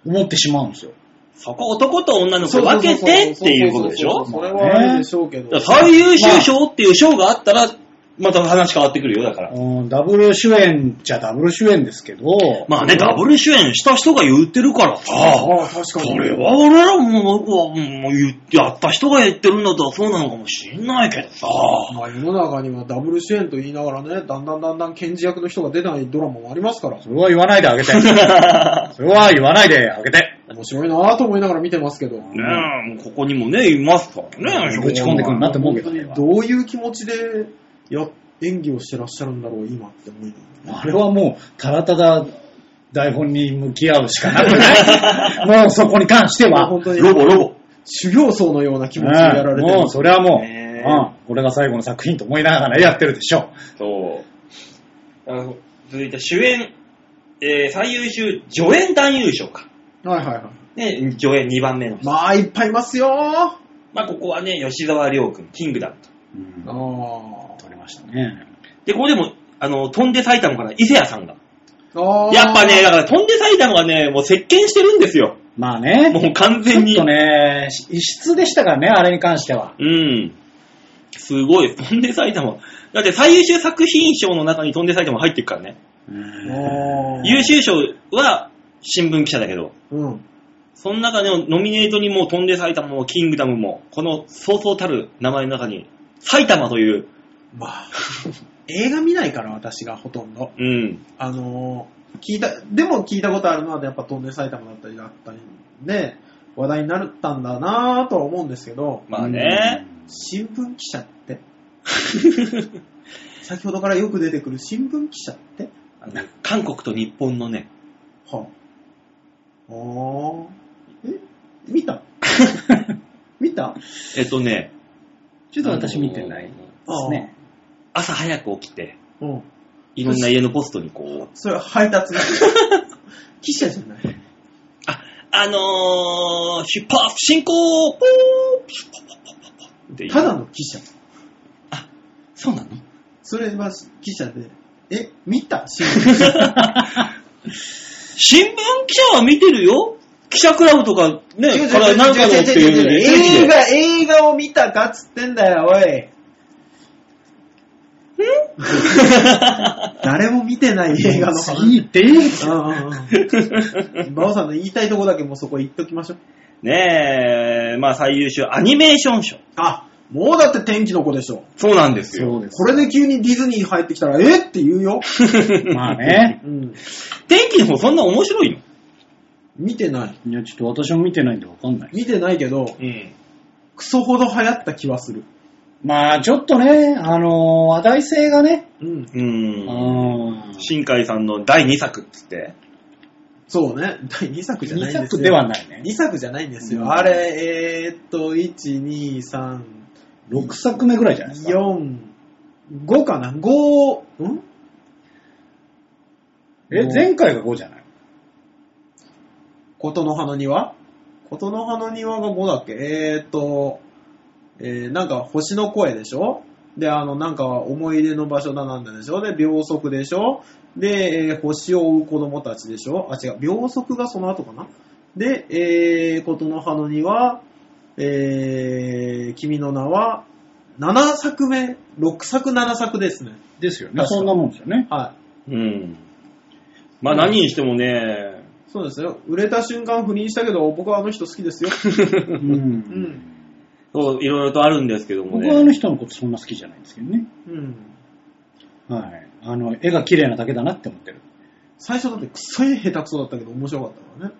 思ってしまうんですよ。
そこ男と女の
そ
子
うそうそう
分
そう
けてっていうことでし
そ
ょ
うそうそうそれはあるでしょうけど。
だから最優秀賞っていう賞があったら、また話変わってくるよ、だから。
うん、ダブル主演じゃダブル主演ですけど、
まあね、ダブル主演した人が言ってるからさ、
ああ、確かに。
それは俺らも、もう言って、やった人が言ってるんだったらそうなのかもしんないけどさ。
まあ世の中にはダブル主演と言いながらね、だんだんだんだん検事役の人が出ないドラマもありますから、
それは言わない
(laughs)
であげて。それは言わないであげて。
面白いなぁと思いながら見てますけど。
ねえ、もうここにもね、いますからね。
ぶち込んでくるなって思うけどね
本当にどういう気持ちでや演技をしてらっしゃるんだろう、今って思いながら
あれはもう、ただただ台本に向き合うしかなくない。もうそこに関しては。
本当に
ロボ、ロボ。
修行僧のような気持ちでやられて
うんもう
ます。
それはもう、
ねえ
うん、これが最後の作品と思いながらやってるでしょ
そう。あの続いて主演、えー最優秀助演男優賞か。
はいはいはい。
ね、助演2番目の人。
まあ、いっぱいいますよーあ
まあ、ここはね、吉沢亮君、キングダムと。
う。うん
あ。あ
取れましたね。
で、ここでも、あの、飛んで埼玉から伊勢谷さんが。
あー
やっぱね、だから飛んで埼玉はね、もう席巻してるんですよ。
まあ (laughs) ね、
もう完
ちょ
全
っ
に。
とね、異質でしたからね、あれに関しては。
うん。すごい。飛んで埼玉。だって最優秀作品賞の中に飛んで埼玉入ってくからね。
あー
優秀賞は新聞記者だけど、
うん。
その中でもノミネートにもう飛んで埼玉もキングダムも、このそうそうたる名前の中に、埼玉という、
まあ、映画見ないから私がほとんど。
うん。
あのー聞いた、でも聞いたことあるのは、やっぱ飛んで埼玉だったりだったりで、話題になったんだなぁとは思うんですけど、
まあね。
新聞記者って (laughs) 先ほどからよく出てくる新聞記者って
あの韓国と日本のね、
はあ。ああ。え
(laughs)
見た見た
えっとね、
ちょっと私見てない。
ああ。
ね
朝早く起きて、
うん。
いろんな家のポストにこう、
それは配達記者じゃない。
あ、あのー、ヒップアップ進行ポーって
ただの記者。
そうなの
それは記者で、え、見た新聞記者。
新聞記者は見てるよ記者クラブとかね、から何回もやってるよね
映画、映画を見たかっつってんだよ、おい。誰も見てない映画の話。
いいっていい
バオさんの言いたいとこだけもうそこ言っときましょう。
(laughs) ねえ、まあ最優秀アニメーション賞。
あ、もうだって天気の子でしょ。
そうなんです
そうです。
これで急にディズニー入ってきたら、えって言うよ。
まあね。
うん。
(laughs) 天気の方そんな面白いの
見てない。
いや、ちょっと私も見てないんでわかんない。
見てないけど、
うん。
クソほど流行った気はする。
まあ、ちょっとね、あのー話題性がね、
うん。
うん。
うん。
新海さんの第2作っつって。
そうね。第2作じゃない
2
んですよ。
作ではないね。
2作じゃないんですよ。
うん
あれ、えーっと、1、2、3、
6作目ぐらいじゃないですか。
4、5かな ?5、ん
え、前回が5じゃない
琴の葉の庭琴の葉の庭が5だっけえーっと、えー、なんか星の声でしょで、あの、なんか思い出の場所だなんだでしょで、秒速でしょで、えー星を追う子供たちでしょあ、違う、秒速がその後かなで、えー、琴の葉の庭、えー、君の名は、7作目、6作7作ですね。
ですよ
確
ね。
か
そんなもんですよね。
は
うん。まあ何にしてもね、
い。そうですよ。売れた瞬間不倫したけど、僕はあの人好
(laughs)
きですよ。
う。
うんん。
そういろいろとあるんですけども
僕はあの
ね。
人のことそんな好きじゃないんですけどね。
うん。
はい。あの、絵が綺麗なだけだなって思ってる。
最初だってくそい下手くそだったけど面白かったからね。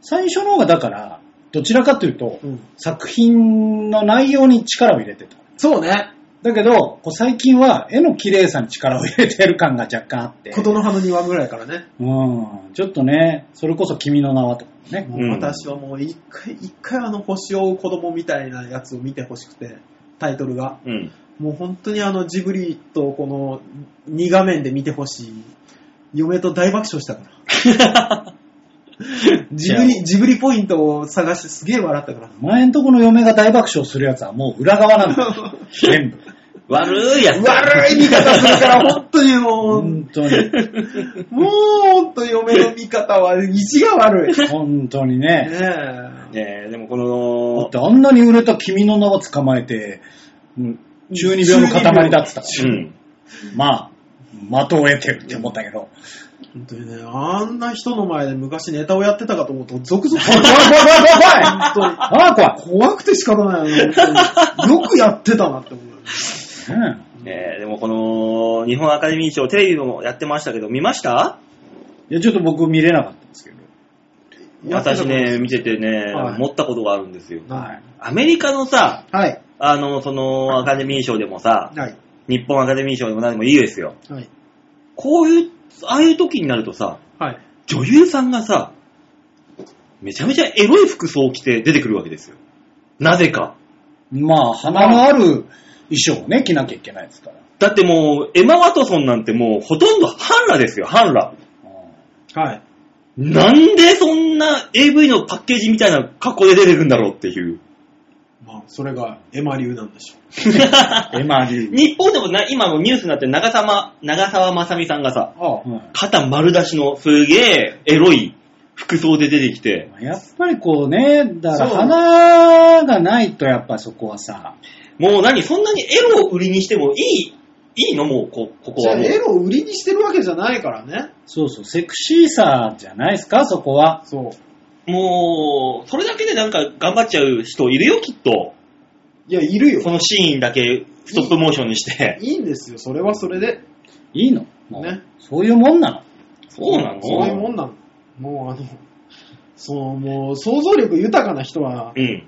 最初の方がだから、どちらかというと、
うん。
作品の内容に力を入れてた。
そうね。
だけど、こう最近は絵の綺麗さに力を入れてる感が若干あって。
琴の葉の庭ぐらいからね。
うん。ちょっとね、それこそ君の名はとかね。
も
う
うん私はもう一回、一回あの星を追う子供みたいなやつを見てほしくて、タイトルが。
うん。
もう本当にあのジブリとこの2画面で見てほしい。嫁と大爆笑した (laughs) から。ジブリ、ジブリポイントを探してすげえ笑った (laughs) から。
前んとこの嫁が大爆笑するやつはもう裏側なんだ
(laughs)
よ。全部。
悪いやつだ。
悪い見方するから、本当にもう、もう
本当
(laughs)
に。
本当に嫁の見方は、意地が (laughs) 悪い。ね
本当にね。
え
ねえ、でもこ
だ
の
っ、てあんなに売れた君の名は捕まえて、うん中二病の塊だってたか
うん。
ら。まあ、的を得てるって思ったけ
(laughs)
ど。
本当にね、あんな人の前で昔ネタをやってたかと思うと、ゾクゾク。
怖い怖い怖い怖い怖い
本当に
ああ、怖い。
怖くて仕方ないよね本当に。よくやってたなって思う。
うん
ねえ、でもこの、日本アカデミー賞、テレビもやってましたけど、見ました
いや、ちょっと僕見れなかったんですけど。
私ね、見ててね、
はい
思ったことがあるんですよ。
はい。
アメリカのさ、
はい。
あの、その、アカデミー賞でもさ、
はい。
日本アカデミー賞でも何でもいいですよ。
はい。
こういう、ああいう時になるとさ、
はい。
女優さんがさ、めちゃめちゃエロい服装を着て出てくるわけですよ。なぜか。
まあ、花のある衣装をね、着なきゃいけないですから。
だってもう、エマ・ワトソンなんてもう、ほとんど半裸ですよ、半裸。
はい。
なんでそんな AV のパッケージみたいな格好で出てくるんだろうっていう。
まあ、それがエマ流なんでしょ
エマリー。
日本でもな、今もニュースになってる長沢、長沢まさみさんがさ、
う。あ
うん
肩丸出しのすげえエロい服装で出てきて、
やっぱりこうね、だから
そう
花がないとやっぱそこはさ、
もう何、そんなにエロを売りにしてもいい、いいのもう、こ、ここ
じゃ
は
あ、
もう。
エロを売りにしてるわけじゃないからね。
そうそう、セクシーさじゃないですか、そこは。
そう。
もう、それだけでなんか頑張っちゃう人いるよ、きっと。
いや、いる
そ
よ。
のシーンだけストップモーションにして。
いいんですよ。それはそれで。
いいのもう
ね
そういうもんなの。
そうなの
そういうもんなの。もう、あの、そう、もう、想像力豊かな人は、
うん。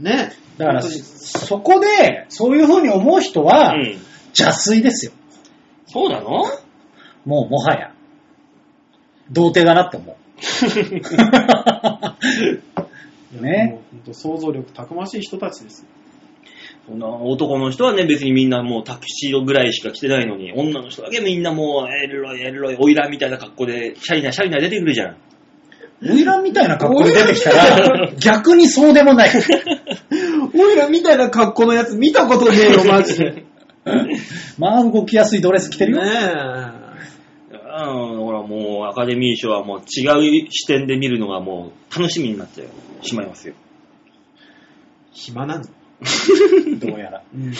ね。
だから、
本当に
そこで、そういうふうに思う人
う
は、
ん。
邪推ですよ。
そうなの
もう、もはや。童貞だなって
(laughs)
思う。
いや
ね
もう本当想像力たくましい人たちですよ。
そんな男の人はね、別にみんなもうタキシードぐらいしか着てないのに、女の人だけみんなもう、エロいエロい、オイラみたいな格好で、シャリナシャリナ出てくるじゃん。
オイランみたいな格好で出てきた
(laughs)
ら、逆にそうでもない。
オイラみたいな格好のやつ見たことねえよ、マジで。 (laughs) ね
まあ、動きやすいドレス着て
え
るよ。。
うん、だからもうアカデミー賞はもう違う視点で見るのがもう楽しみになってしまいますよ。
暇なの。
どうや
(laughs)
ら。
うん。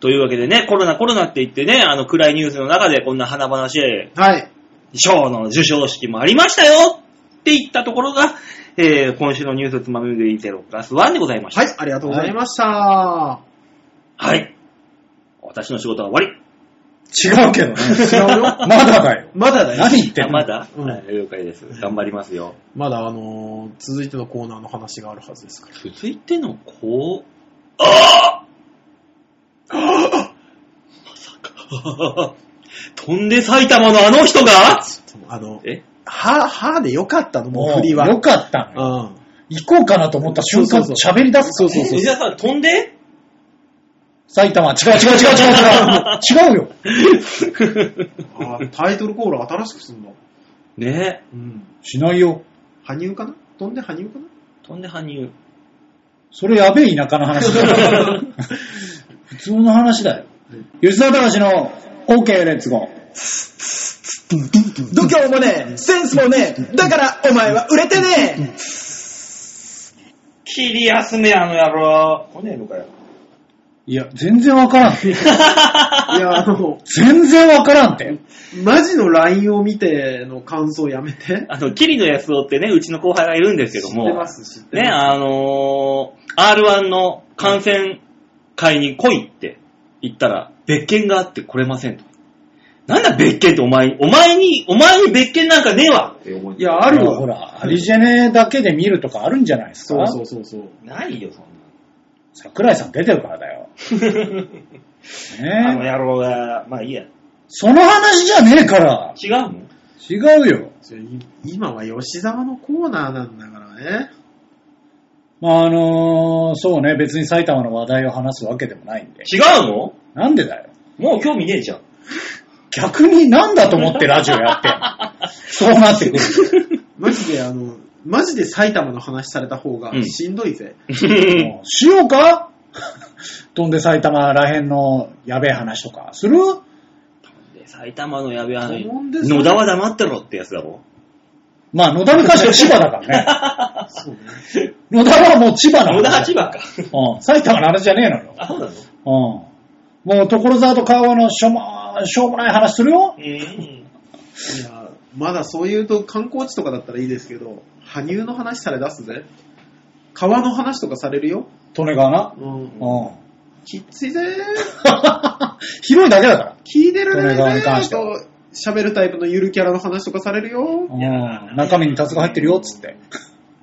というわけでね、コロナコロナって言ってね、あの暗いニュースの中でこんな華々しい
はい。
賞の授賞式もありましたよって言ったところが、えー、今週のニュースつまみ食いゼロプラスワンでございました。
はい、ありがとうございました。
はい。私の仕事は終わり。
違うけどね。
違うよ。
まだだよ。
まだだよ。
何言ってん
あ
の
まだ、
うん
はい了解です。頑張りますよ。
(laughs) まだ、あのー続いてのコーナーの話があるはずですから。
続いてのこう、ああああまさか、飛んで埼玉のあの人が
そのあの、
え
は、はでよかったの、も
も
う振りは。
う、よかったのよ
うん。
行こうかなと思った瞬間、
そうそう
喋り出すからね
えじゃあさ、飛んで
埼玉、違う違う違う違う違う。違うよ。
あータイトルコール新しくすんの。
(laughs) ね
うん。
しないよ。
羽生かな飛んで羽生かな
飛んで羽生。
それやべえ田舎の (laughs) 話だよ。普通の話だよ。吉沢隆の OK レッツゴー。
度胸もねえセンスもねえだからお前は売れてねえ
尻休め、あの野郎。来ねえのか (laughs) よ。
いや、全然わからん。
いや、あの、
全然わからんって。
マジの LINE を見ての感想やめて。
あの、キリの安夫ってね、うちの後輩がいるんですけども、
知ってます、知って
ね、
ます。
あのー、R1 の観戦会に来いって言ったら、別件があって来れませんと。なんだ別件ってお前に、お前に、お前に別件なんかねえわって思う
いや、ある
ほ
よ。
ら、アリジェネだけで見るとかあるんじゃないです
そ
か
うそうそうそう。
ないよ、そん
桜井さん出てるからだよ。
(laughs) な。あの
ねえ。
野郎が、まあいいや。
その話じゃねえから。
違うもん
違うよ。
それい今は吉沢のコーナーなんだからね。
まあ、あのーそうね、別に埼玉の話題を話すわけでもないんで。
違うの
なんでだよ。
もう興味ねえじゃ (laughs) ん。
逆になんだと思ってラジオやってんのそうなってくる。
マジで、あの、マジで埼玉の話された方が
うん
しんどいぜ。
もうしようか飛んで埼玉らへんのやべえ話とかする
埼玉のやべえ話
顧問ですね
野田は黙ってろってやつだろ。
まあ、野田の歌手は千葉だからね。
そうね。
野田はもう千葉なの。
野田は千葉か。
うん。埼玉の話じゃねえのよ。
あ、そうなの
うん。もう所沢と川越のしょ,、ま、しょうもない話するよ。
うん。
いや、まだそういうと観光地とかだったらいいですけど、羽生の話され出すぜ。川の話とかされるよ。
利根川な。
うん。
うん。 (laughs)
きっついぜー。
広いだけだから。
聞いてられ
これが
な
に
いぜ
関
ー
しては
と、喋るタイプのゆるキャラの話とかされるよ。
うん。中身にタツが入ってるよ、つって。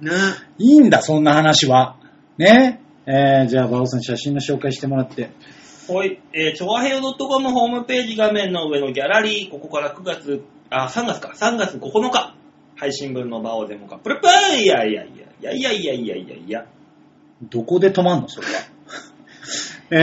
ね
いいんだ、そんな話は。ね。えー、じゃあ、バオさん写真の紹介してもらって。
はい、えー、ちょわへよ .com ホームページ画面の上のギャラリー、ここから9月、あ、3月か、3月9日、配信分の場をデモか、プルプーいやいやいや、いやいやいやいやいやいや、
どこで止まんの、それは。 (laughs)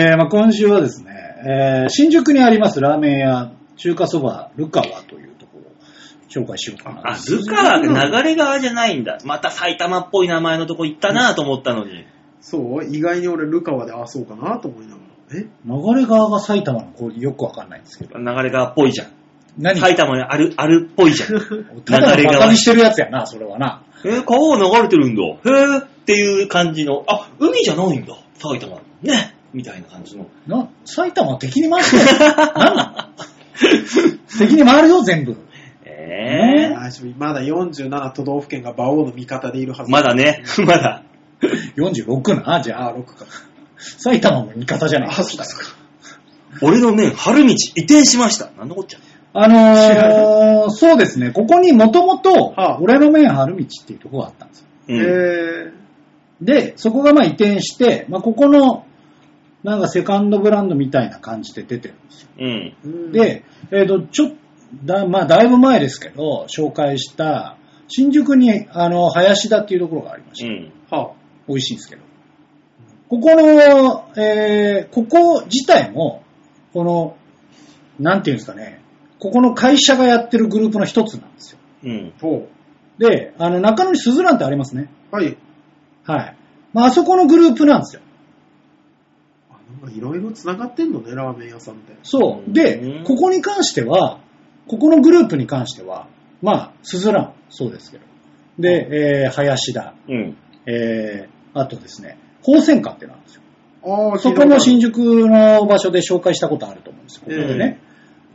えー、まあ今週はですね、えー、新宿にありますラーメン屋、中華そば、ルカワというところを紹介しようかな。
あ、ルカワが流れ川じゃないんだ。また埼玉っぽい名前のとこ行ったなと思ったのに。
そう意外に俺、ルカワで、あ、そうかなと思いながら。え
流れ川が埼玉のこうよくわかんないんですけど。
流れ川っぽいじゃん。
何
埼玉にある、あるっぽいじゃん。
(laughs) ただ
流れ
のバ
川
カにしてるやつやな、それはな。
えー、川が流れてるんだ。へーっていう感じの、あ、海じゃないんだ。埼玉。ね。みたいな感じの。
な、埼玉は敵に回し
(laughs)
てる。何なの敵に回るよ、全部。
えー
あまだ47都道府県が馬王の味方でいるはず。
まだね、 (laughs) まだ。
46な、じゃあ。6か。埼玉も味方じゃない。
あ、そうか、そうか。
俺の面、春道移転しました。なんのこっちゃ。
あのー、そうですね、ここにもともと
はあ、
俺の面春道っていうところがあったんですよ。
うん
えー、
で、そこがまあ移転して、まあ、ここの、なんかセカンドブランドみたいな感じで出てるんですよ。
うん。
うん、
で、えっ、と、ちょっだ、まあ、だいぶ前ですけど、紹介した、新宿に、あの、林田っていうところがありまし
う
た。
ん。
は
美味しいんですけど。ここの、えーここ自体も、この、なんていうんですかね、ここの会社がやってるグループの一つなんですよ。
うん。
あ、ほ
で、あの、中野に鈴蘭ってありますね。
う。はい。
はい。まあ、あそこのグループなんですよ。
あなんかいろいろ繋がってんのね、ラーメン屋さんって。
そうう。
ん
で、ここに関しては、ここのグループに関しては、まあ、鈴蘭、そうですけど。で、えー林田、
うん。
えーあとですね、宝泉館ってなんですよ。
ああ、
そこも新
宿。
宿の場所で紹介したことあると思うんですよ。ここでね。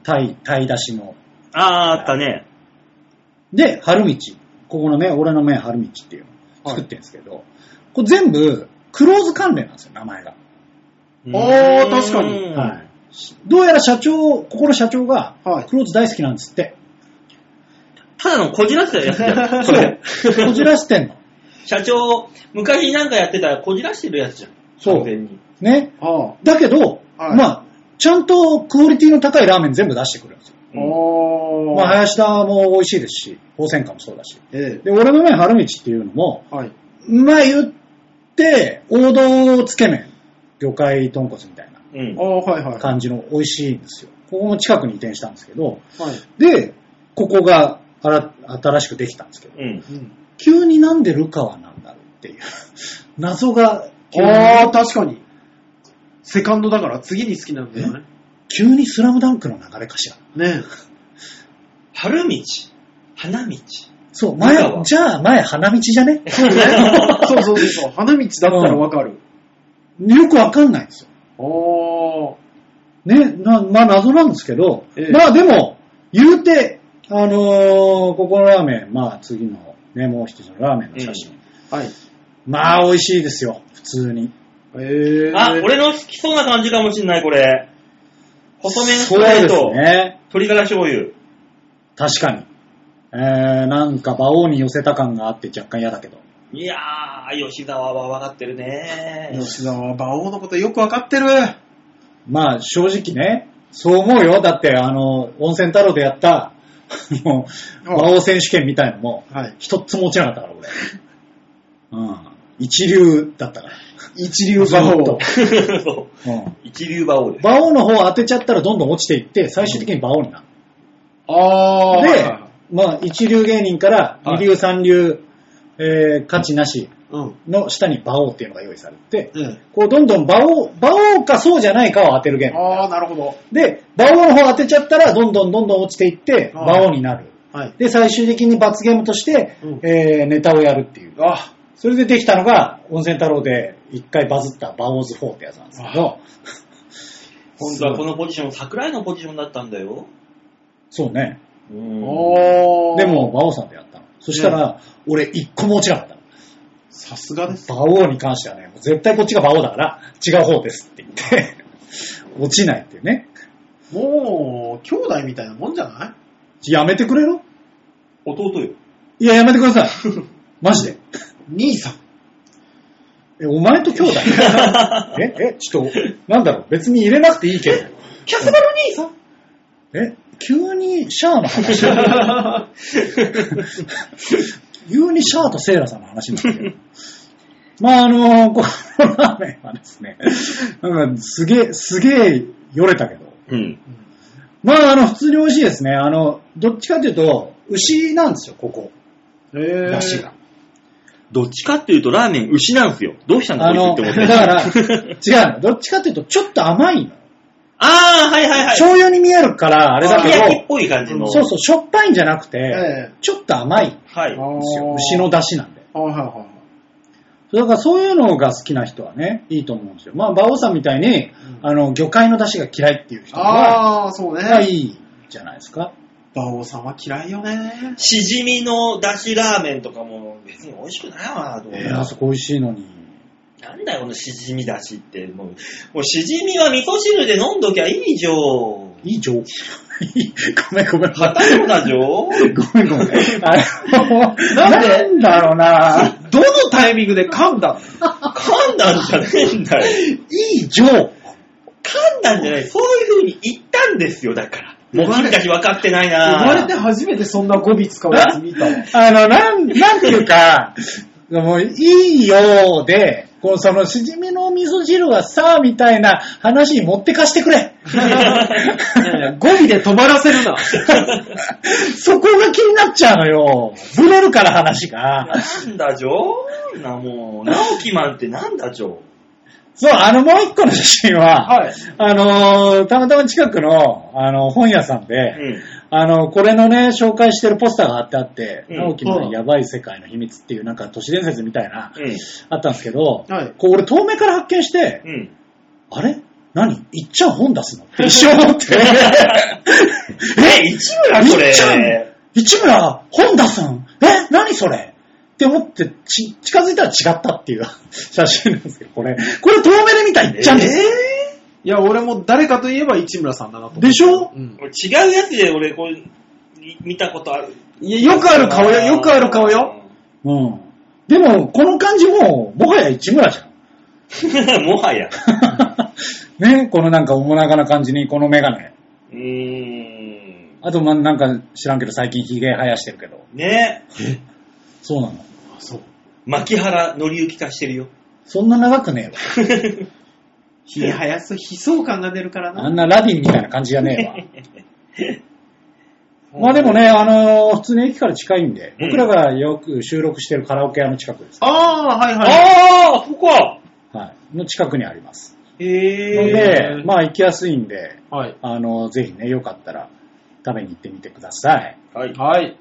タイ、タイ出しの。
あー、あったね。
で、春道。ここのね、俺の面春道っていうのを作ってるんですけど、これ全部、クローズ関連なんですよ、名前が。
あー確かに
うん
はい。どうやら社長、ここの社長が、
はい
クローズ大好きなんですって。
ただのこじらせたやつじ
(laughs)
ゃん。それ。
そう。こじらしてんの。
(laughs) 社長、昔なんかやってたこじらしてるやつじゃん。
そう
完全に。
ね。
ああ、あ
だけど、
はい
まあ、ちゃんとクオリティの高いラーメン全部出してくるんですよ。
あ。
まあ、林田も美味しいですし、宝泉館もそうだし。
え
で、俺の面春道っていうのも、
え。はい。
まあ言って、王道つけ麺、魚介豚骨みたいな
うん
あ。あ、はいはい。は
感じの美味しいんですよ。ここも近くに移転したんですけど、
い。
で、ここがあら新しくできたんですけど、
うん。
うん。
急になんでルカワなんだろうっていう、 (laughs) 謎が急に
ああ、確かに。セカンドだから次に好きなんだよね。
急にスラムダンクの流れかしら。
ね
春道、花道、
そう、
理
前
科は、
じゃあ前花道じゃね
(laughs) そうね。そうそうそう。花道だったらわかる。
よくわかんないんですよ。
おー。
ね、な、まあ謎なんですけど、
ええ
まあでも、言うて、あのーここのラーメン、まあ次のね、もう一つのラーメンの写真。
はい。
まあ美味しいですよ、普通に。
えー。
あ、俺の好きそうな感じかもしんない、これ。細麺ストレー
そ
ト
うで、すね。
鶏ガラ醤油。
確かに。えー、なんか馬王に寄せた感があって若干嫌だけど。
いやー、吉沢は分かってるね。
吉沢は馬王のことよくわかってる。
まあ正直ね、そう思うよ。だってあの、温泉太郎でやった、あの、
あ
馬王選手権みたいのも、
はい。
一つも落ちなかったから、俺。うん。一流だったから。
一流馬
ずっ
王
と。
(laughs) そう
うん。
一流馬王です。
馬王の方を当てちゃったらどんどん落ちていって、最終的に馬王になる。
あー。はい
で
はい、
まあ一流芸人から
は
二
い
流三流、えー、価値なし
うん。
の下に馬王っていうのが用意されて、
うん。
こうどんどん馬王、馬王かそうじゃないかを当てるゲーム。
あー、なるほど。
で、馬王の方当てちゃったら、どんどんどんどん落ちていって、
ああ
馬王になる。
はい。
で、最終的に罰ゲームとして、
うん
えーネタをやるっていう。
あ、
それでできたのが、温泉太郎で一回バズった馬王ズ4ってやつなんですけど、
本当はこのポジション、桜井のポジションだったんだよ。
そうね。
うん
おー。
でも、、馬王さんでやったの。そしたら、俺一個も落ちなかったの。
さすがです。
馬王に関してはね、もう絶対こっちが馬王だから、違う方ですって言って、落ちないっていうね。
もう、兄弟みたいなもんじゃない
やめてくれろ
弟よ。
いや、やめてくださ
(laughs)
い。マジで。
兄さん。
え、お前と兄
(laughs)
弟え、え、ちょっと、なんだろう、別に入れなくていいけど。
キャスバル兄さん
え、急にシャアの
(laughs)
話急にシャアとセイラさんの話になってる。まあ、あのこのラーメンはですね、なんか、すげえ、すげえ、よれたけど。
うん。
まあ、あの、普通に美味しいですね。あの、どっちかというと、牛なんですよ、ここ。
えー。
出汁が。
どっちかっていうと、ラーメン牛なんですよ。どうしたんだ、
あの、
こいつ
だ
っ
か
て思って。
ら、 (laughs) 違うの。どっちかというと、ちょっと甘いの。
あー、はいはいはい。
醤油に見えるから、あれだ
照り焼き
け
っぽい感じの。
ど、そうそう、しょっぱいんじゃなくて、
え
ちょっと甘いんで
は
え
い。
すよ
あー
牛の出汁なんで。
あはいはいはい。
だからそういうのが好きな人はね、いいと思うんですよ。まあ、馬王さんみたいに、
ん
あの、魚介の出汁が嫌いっていう人は、
あー、そうね。
がいいじゃないですか。
馬王さんは嫌いよね。
しじみのだしラーメンとかも別に美味しくないわなと思っ
い
て
や、あそこ美味しいのに。 (laughs)
なんだよ、このしじみだしって。もう、もうしじみは味噌汁で飲んどきゃいいじゃん。
いい情報。ごめんごめん。
片方だじょ
(laughs) ごめんごめん。あの
なんで
なんだろうな。
どのタイミングで噛んだ
(laughs)
の
噛んだんじゃねえんだよ。
いい情報。
噛んだんじゃない。そういう風に言ったんですよ、だから。もう君たち分かってない
生
な
まれて初めてそんな語尾使うやつ見たわ。
あの、なん、なんていうか、もう、いいようで、こう、その、しじみの味噌汁はさ、みたいな話に持ってかしてくれ。
語尾で止まらせるな。
そこが気になっちゃうのよ。ぶれるから話が。
なんだじょな、もう、直樹マンってなんだじょ
そう、あの、もう一個の写真は、
はい。
あのーたまたま近くの、あの、本屋さんで、
うん。
あの、これのね、紹介してるポスターがあってあって、
うん
直樹のやばい世界の秘密っていう、なんか都市伝説みたいな、
うん。
あったんですけど、
はい
こう俺遠目から発見して、
うん。
あれ何いっちゃん本出すのって一生思って。
え、市村そ
いっちゃ
れ
ん。市村本出すんえ何それって思ってち、近づいたら違ったっていう (laughs) 写真なんですけど、これ。これ遠目で見たらいっちゃんです。
いや、俺も誰かといえば市村さんだなと思って。
でしょ
うん。
俺違うやつで俺、こう、み見たことある。
いや、よくある顔よ、よくある顔よ。。
うん。でも、この感じも、もはや市村じゃ
(laughs)
ん。
もはや。
(laughs) ね、このなんかおもなかな感じに、このメガネ。
うーん。
あと、ま、なんか知らんけど、最近ヒゲ生やしてるけど。
ね
そうなの。
あそう。
牧原のりゆき化してるよ。
そんな長くね
ひややす、悲壮感が出るから
えわ。あ
な。
んなラディンみたいな感じじゃね
(laughs)
えわ。まあでもね、あのー普通に駅から近いんで、
うん
僕らがよく収録してるカラオケ屋の近くです。
ああ、はいはい。
ああ、そこか。
はい。の近くにあります。の
へ
で
え。、
まあ行きやすいんで、
はい。
あの、ぜひね、よかったら食べに行ってみてください。
はい。
はい。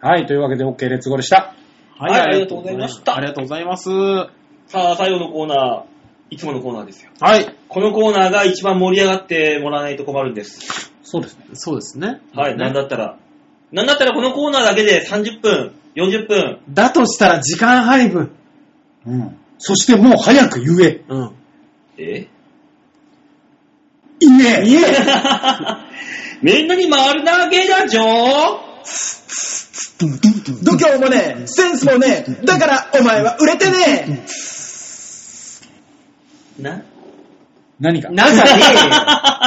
はい、というわけで OK、レッツゴーでした。
はいありがとうございました
ありがとうございます。は
さあ、最後のコーナー、いつものコーナーですよ。
い。
このコーナーが一番盛り上がってもらわないと困るんです。
そうですね。
そうですね。
はい、
ね
なんだったら。なんだったらこのコーナーだけで30分、40分、
だとしたら時間配分。
うん。そしてもう早く言え。
うん。
え (laughs)
いねえ
いえ
みんなに丸投げだじょー
度胸もねえ、センスもねえ、だからお前は売れてね
な
何が
(laughs) なんかね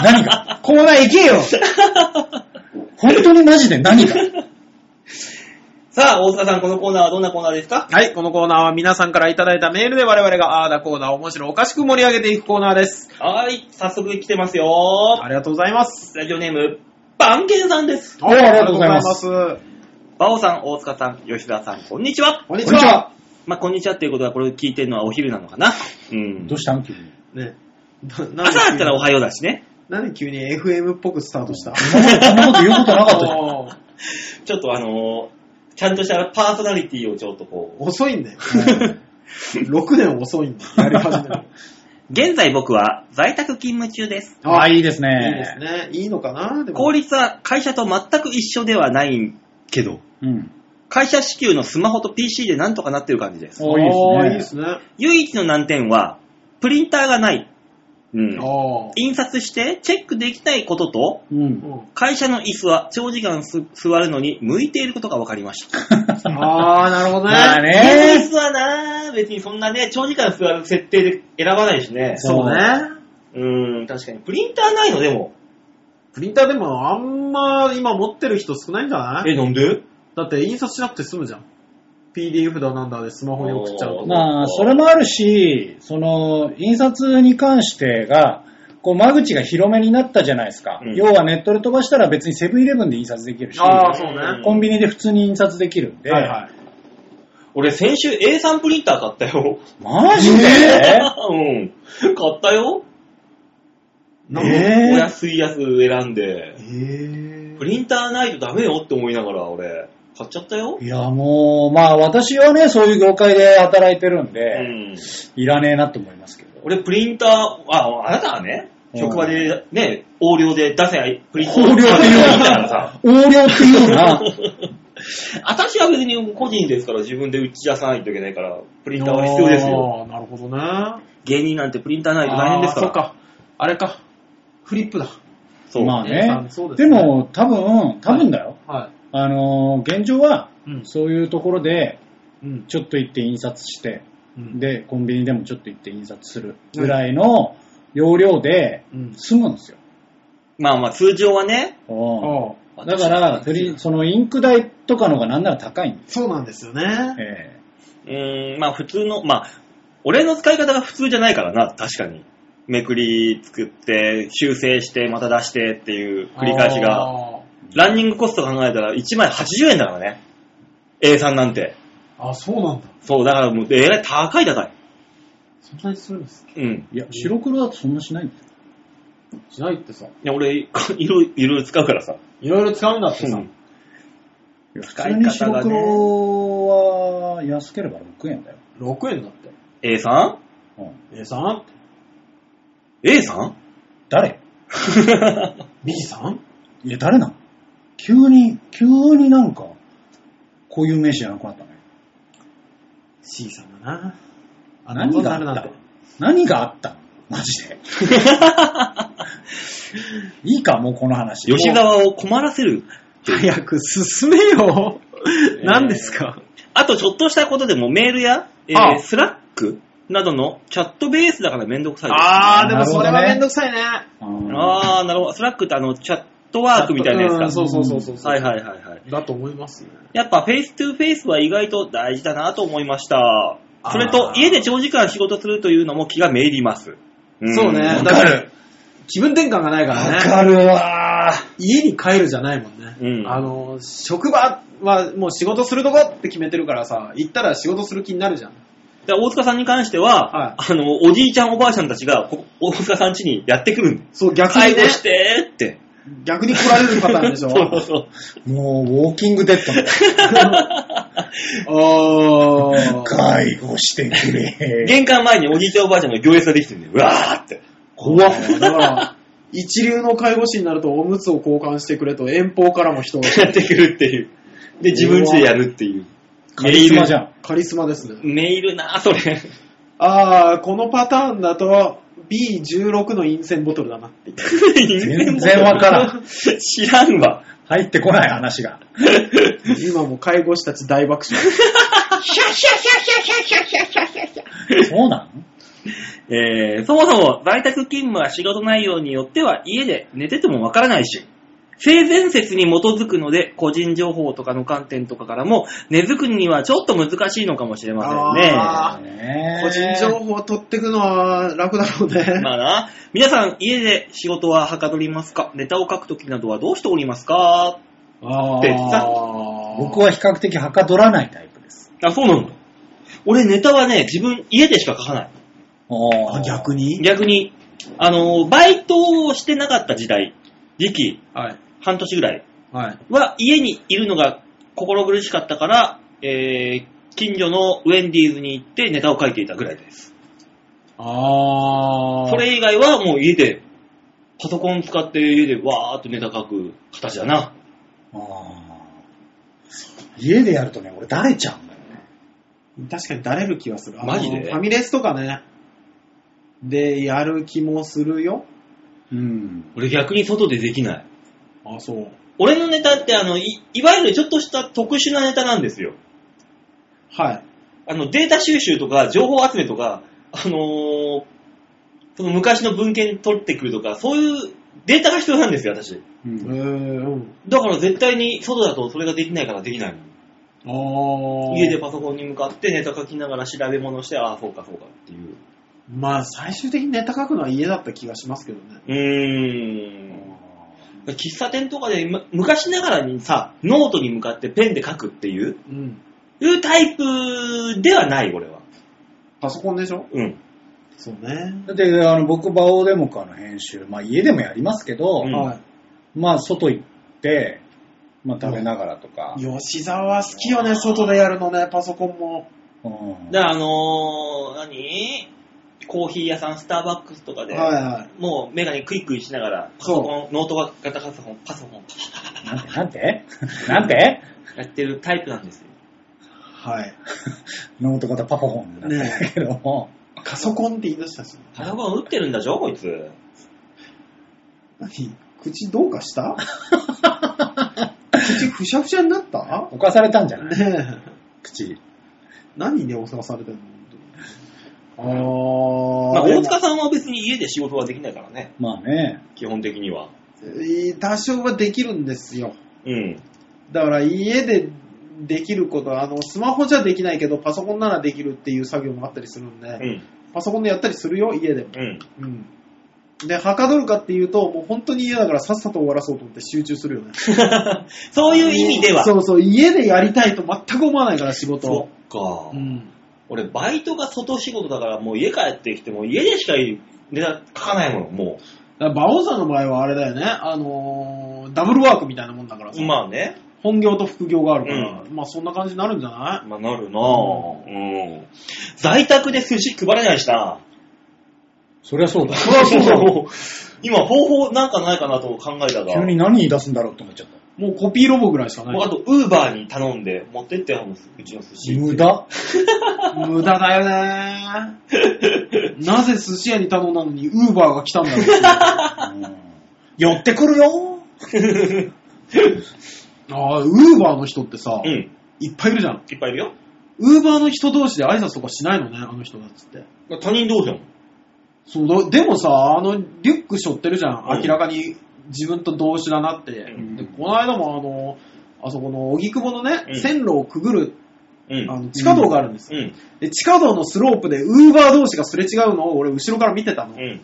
何が
コーナー行けよ
(laughs) 本当にマジで何が
さあ、大塚さん、このコーナーはどんなコーナーですか
はい、このコーナーは皆さんからいただいたメールで我々があーだコーナーを面白おかしく盛り上げていくコーナーです。
はい、早速来てますよ
ありがとうございます。
ラジオネーム、バンケンさんです。
おありがとうございます
ありがとうござい
バオさん、大塚さん、吉田さん、こんにちは。
こ
こ
んに
んに
ち
ち
は
は。
まあ、こんにちはっていうことは、これを聞いてるのはお昼なのかな。うん
ど。うしたん急に。
ね。な
朝だったらおはようだしね。
なんで急に FM っぽくスタートした
こんなこと言うことなかったじゃん。
おー
ちょっとあのーちゃんとしたパーソナリティをちょっとこう。
遅いんだよ。6年遅いんだよ。やり始める。
現在僕は在宅勤務中です。
(laughs) ああ、いいです
いいです
ね。
ね。いいのかなでも
効率は会社と全く一緒ではないけど、
うん。
会社支給のスマホと PC でなんとかなってる感じです。
おー
あー
い
いい
い
で
ですす
ね。
唯一の難点は、プリンターがない。うん。
ああ。
印刷してチェックできないことと、
ね。うん。
うん
会社の椅子は長時間す座るのに向いていることが分かりました。
あー、なるほどね。
ま
ゲー
あ
ム
ね
椅。子はな別にそんなね、長時間座る設定で選ばないしね。
そうね。
うーん、確かに。プリンターないのでも。
プリンターでもあんま今持ってる人少ないんじゃない、
なんで
だって印刷しなくて済むじゃん。PDF だなんだでスマホに送っちゃう
(laughs)
と。
まあ、それもあるし、その、印刷に関してが、こう、間口が広めになったじゃないですか。
うん
要はネットで飛ばしたら別にセブンイレブンで印刷できるし、
あーそうね
コンビニで普通に印刷できるんで、
はいはい。
俺先週 A3 プリンター買ったよ。
マジで、
(laughs) うん。買ったよ。
な
えー
お安いやつ選んで
え。ー
プリンターないとダメよって思いながら俺、買っちゃったよ。
いや、もう、まあ私はね、そういう業界で働いてるんで、
うん。
いらねえなって思いますけど。
俺プリンター、あ、あなたはね、
うん
職場でね、横領で出せないプリンター
横領って言うな
みたいなさ。
横領っていう
(laughs)
な。
(laughs) 私は別に個人ですから自分で打ち出さないといけないから、プリンターは必要ですよ。
あーなるほどね。あ
芸人なんてプリンターないと大変ですか
ーそっ
ら。
か。あれか。フリップだ。
そう。
まあね。
そうで
で
すね
も、多分、多分だよ。
は
あのー、現状は、
い。うん。
そういうところで、
うん。
ちょっと行って印刷して、
うん、
で、コンビニでもちょっと行って印刷するぐらいの容量で
うん。
済むんですよ。
まあまあ通常はね、
うん
ああ。
だから、プリンそのインク代とかのがなんなら高いんです。
そうなんですよね。
え
うーん、まあ普通の、まあ、俺の使い方が普通じゃないからな、確かに。めくり作って、修正して、また出してっていう繰り返しが。
あ
ランニングコスト考えたら1枚80円だからね。A さんなんて。
ー。あ、そうなんだ。
そう、だからもう、えらい高い高い。
そんなにするんですか
うん。
えいや、白黒だとそんなしないんですよ。
しないってさ。
いや俺、いろいろ使うからさ。
いろいろ使うんだってさ。
うん
いや普
使い
通
方がね
に白黒は安ければ6円だよ。
6円だって。
A さん
うん、
A さん
?A さん
誰
?B さん
いや、誰なの急に、急になんか、こういう名詞じゃなくなったね。
?C さんだな。あ
何があ
な
っ
ん
た
て
何があったのマジ (laughs) で。いいか、もうこの話。
吉
も
沢を困らせる。
早く進めよ。 (laughs) 何ですか
あと、ちょっとしたことでもメールや、えー
ああ
スラックなどのチャットベースだからめんどくさいです。
あ
ー
ー、で
で
も
も
そ
そ
れ
れ
は
は
め
め
ん
ん
ど
ど
くさいね。
ううん
あー、なるほど。スラックってあの、チャットワークみたいなやつ
うん
か。
そうそうそうそうそう。
はいはいはいはい。
だと思いますね。
やっぱフェイストゥーフェイスは意外と大事だなと思いました。
あー
それと、家で長時間仕事するというのも気がめいります。ん
そうね。
わ
だ
か
か
る。
ら気分転換がないから
わ
ね。
かるわ
家に帰るじゃないもんね。
うん
あの、職場はもう仕事するとこって決めてるからさ、行ったら仕事する気になるじゃん。
だから大塚さんに関しては、
は
あの、おじいちゃんおばあちゃんたちが、こ大塚さん家にやってくるんで
そう、逆
介
に
護
ね。
してって。
逆に来られるパターンでしょ
(laughs) そうそう。
もう、ウォーキングデッドの
あー。
介護してくれ。
玄関前におじいちゃんおばあちゃんが行列ができてるんで、うわーって。 (laughs) 怖っ。
だから、 (laughs) 一流の介護士になるとおむつを交換してくれと遠方からも人が来
やっ
る。
てくるっていう。で、自分家でやるっていう。
カリスマじゃん。
カリスマですね。
メールなぁ、それ。
あー、このパターンだと B16 の陰線ボトルだなっていう。
全然わからん。
知らんわ。
入ってこない話が。
今も介護士たち
(laughs)
大爆笑。
そうなの
えー、そもそも在宅勤務は仕事内容によっては家で寝ててもわからないし、性善説に基づくので、個人情報とかの観点とかからも、根作りにはちょっと難しいのかもしれませんね。
あー
ね
個人情報を取ってくのは楽だろうね。
(laughs) まあな、皆さん家で仕事ははかどりますかネタを書くときなどはどうしておりますか
あ
ってさ
ー
僕は比較的はかどらないタイプです。
あ、そうなんだ。俺ネタはね、自分家でしか書かない。
あ逆
に。
に
逆に、あの、バイトをしてなかった時代、時期、
はい。
半年ぐらい
はい。
は家にいるのが心苦しかったから、えー、近所のウェンディーズに行ってネタを書いていたぐらいです。
あー。
それ以外はもう家で、パソコン使って家でわーっとネタ書く形だな。
あー家でやるとね、俺、だれちゃうんだよね。
確かにだれる気はする。あの
マジで
ファミレスとかね。で、やる気もするよ。
うん。
俺逆に外でできない。
あ、そう。
俺のネタってあのい、いわゆるちょっとした特殊なネタなんですよ。
はい。
あの、データ収集とか、情報集めとか、あのーその昔の文献取ってくるとか、そういうデータが必要なんですよ、私。
う。
うんん。
だから絶対に外だとそれができないからできないの。
あー。
家でパソコンに向かってネタ書きながら調べ物して、ああ、そうかそうかっていう。
まあ、最終的にネタ書くのは家だった気がしますけどね。
うーん。喫茶店とかで、む昔ながらにさ、ノートに向かってペンで書くっていう、
うん。
いうタイプではない、俺は。
パソコンでしょ
うん。
そうね。
だって、あの、僕、バオデモカの編集、まあ、家でもやりますけど、
うん
は
まあ、外行って、まあ、食べながらとか
い。。吉沢は好きよね、外でやるのね、パソコンも。
うん
だからあのー、何コーヒー屋さん、スターバックスとかで、
はいはい。
もうメガネクイクイしながら、パソコン、ノート型パソコン、パソコン、パソ
なんて (laughs) なんてなんて
コンやってるタイプなんですよ。
はい。
ノート型パパホンなんだけども。
パソコンって言い出したし。
パソコン打ってるんだぞ、こいつ。
何口どうかした (laughs) 口ふしゃふしゃになった
犯されたんじゃない
ねえ。
口。
何にね、お世話されてるの
まあ、
あー、
大塚さんは別に家で仕事はできないからね、
まあね。
基本的には。
でも多少はできるんですよ。
うん。
だから家でできることは、あの、スマホじゃできないけど、パソコンならできるっていう作業もあったりするんで、
うん。
パソコンでやったりするよ、家でも。
うん。
うん。で、はかどるかっていうと、もう本当に家だからさっさと終わらそうと思って集中するよね。
そういう意味では。
そうそう、家でやりたいと全く思わないから、仕事
そ
を。
っか、
うん。
俺、バイトが外仕事だから、もう家帰ってきても、家でしかネタ書かないもん、も
だから馬王さんの場合はあれだよね、あのーダブルワークみたいなもんだからさ。
う。まあね。
本業と副業があるから、まあそんな感じになるんじゃない
まあ、なるなぁ。うん。在宅で寿司配れないしな
そりゃそうだ。
そりゃそうだろう。 (laughs) 今、方法なんかないかなと考えたが、
(laughs) 急に何言い出すんだろうって思っちゃっ
もうコピーロボぐらいしか
もう
な
あ
い。
と、ウーバーに頼んで、持ってってよ、うちの寿
た。
司。
無駄
無駄だよね。なぜ寿司屋に頼んだのにウーバーが来たんだろうっていう。
寄ってくる
(laughs)
よ
ああ、ウーバーの人ってさ、
うん。
いっぱいいるじゃん。
いっぱいいるよ。
ウーバーの人同士で挨拶とかしないのね、あの人たちって。
まあ他人同士だもん。
そうだ、でもさ、あのリュック背負ってるじゃん。
うん
明らかに自分と同種だなって。
ん
でこの間もあの、あそこの荻窪のね、
うん
線路をくぐる
う
あ
ん。
の地下道があるんですよ
うん。
で、地下道のスロープでウーバー同士がすれ違うのを俺後ろから見てたの。
うん。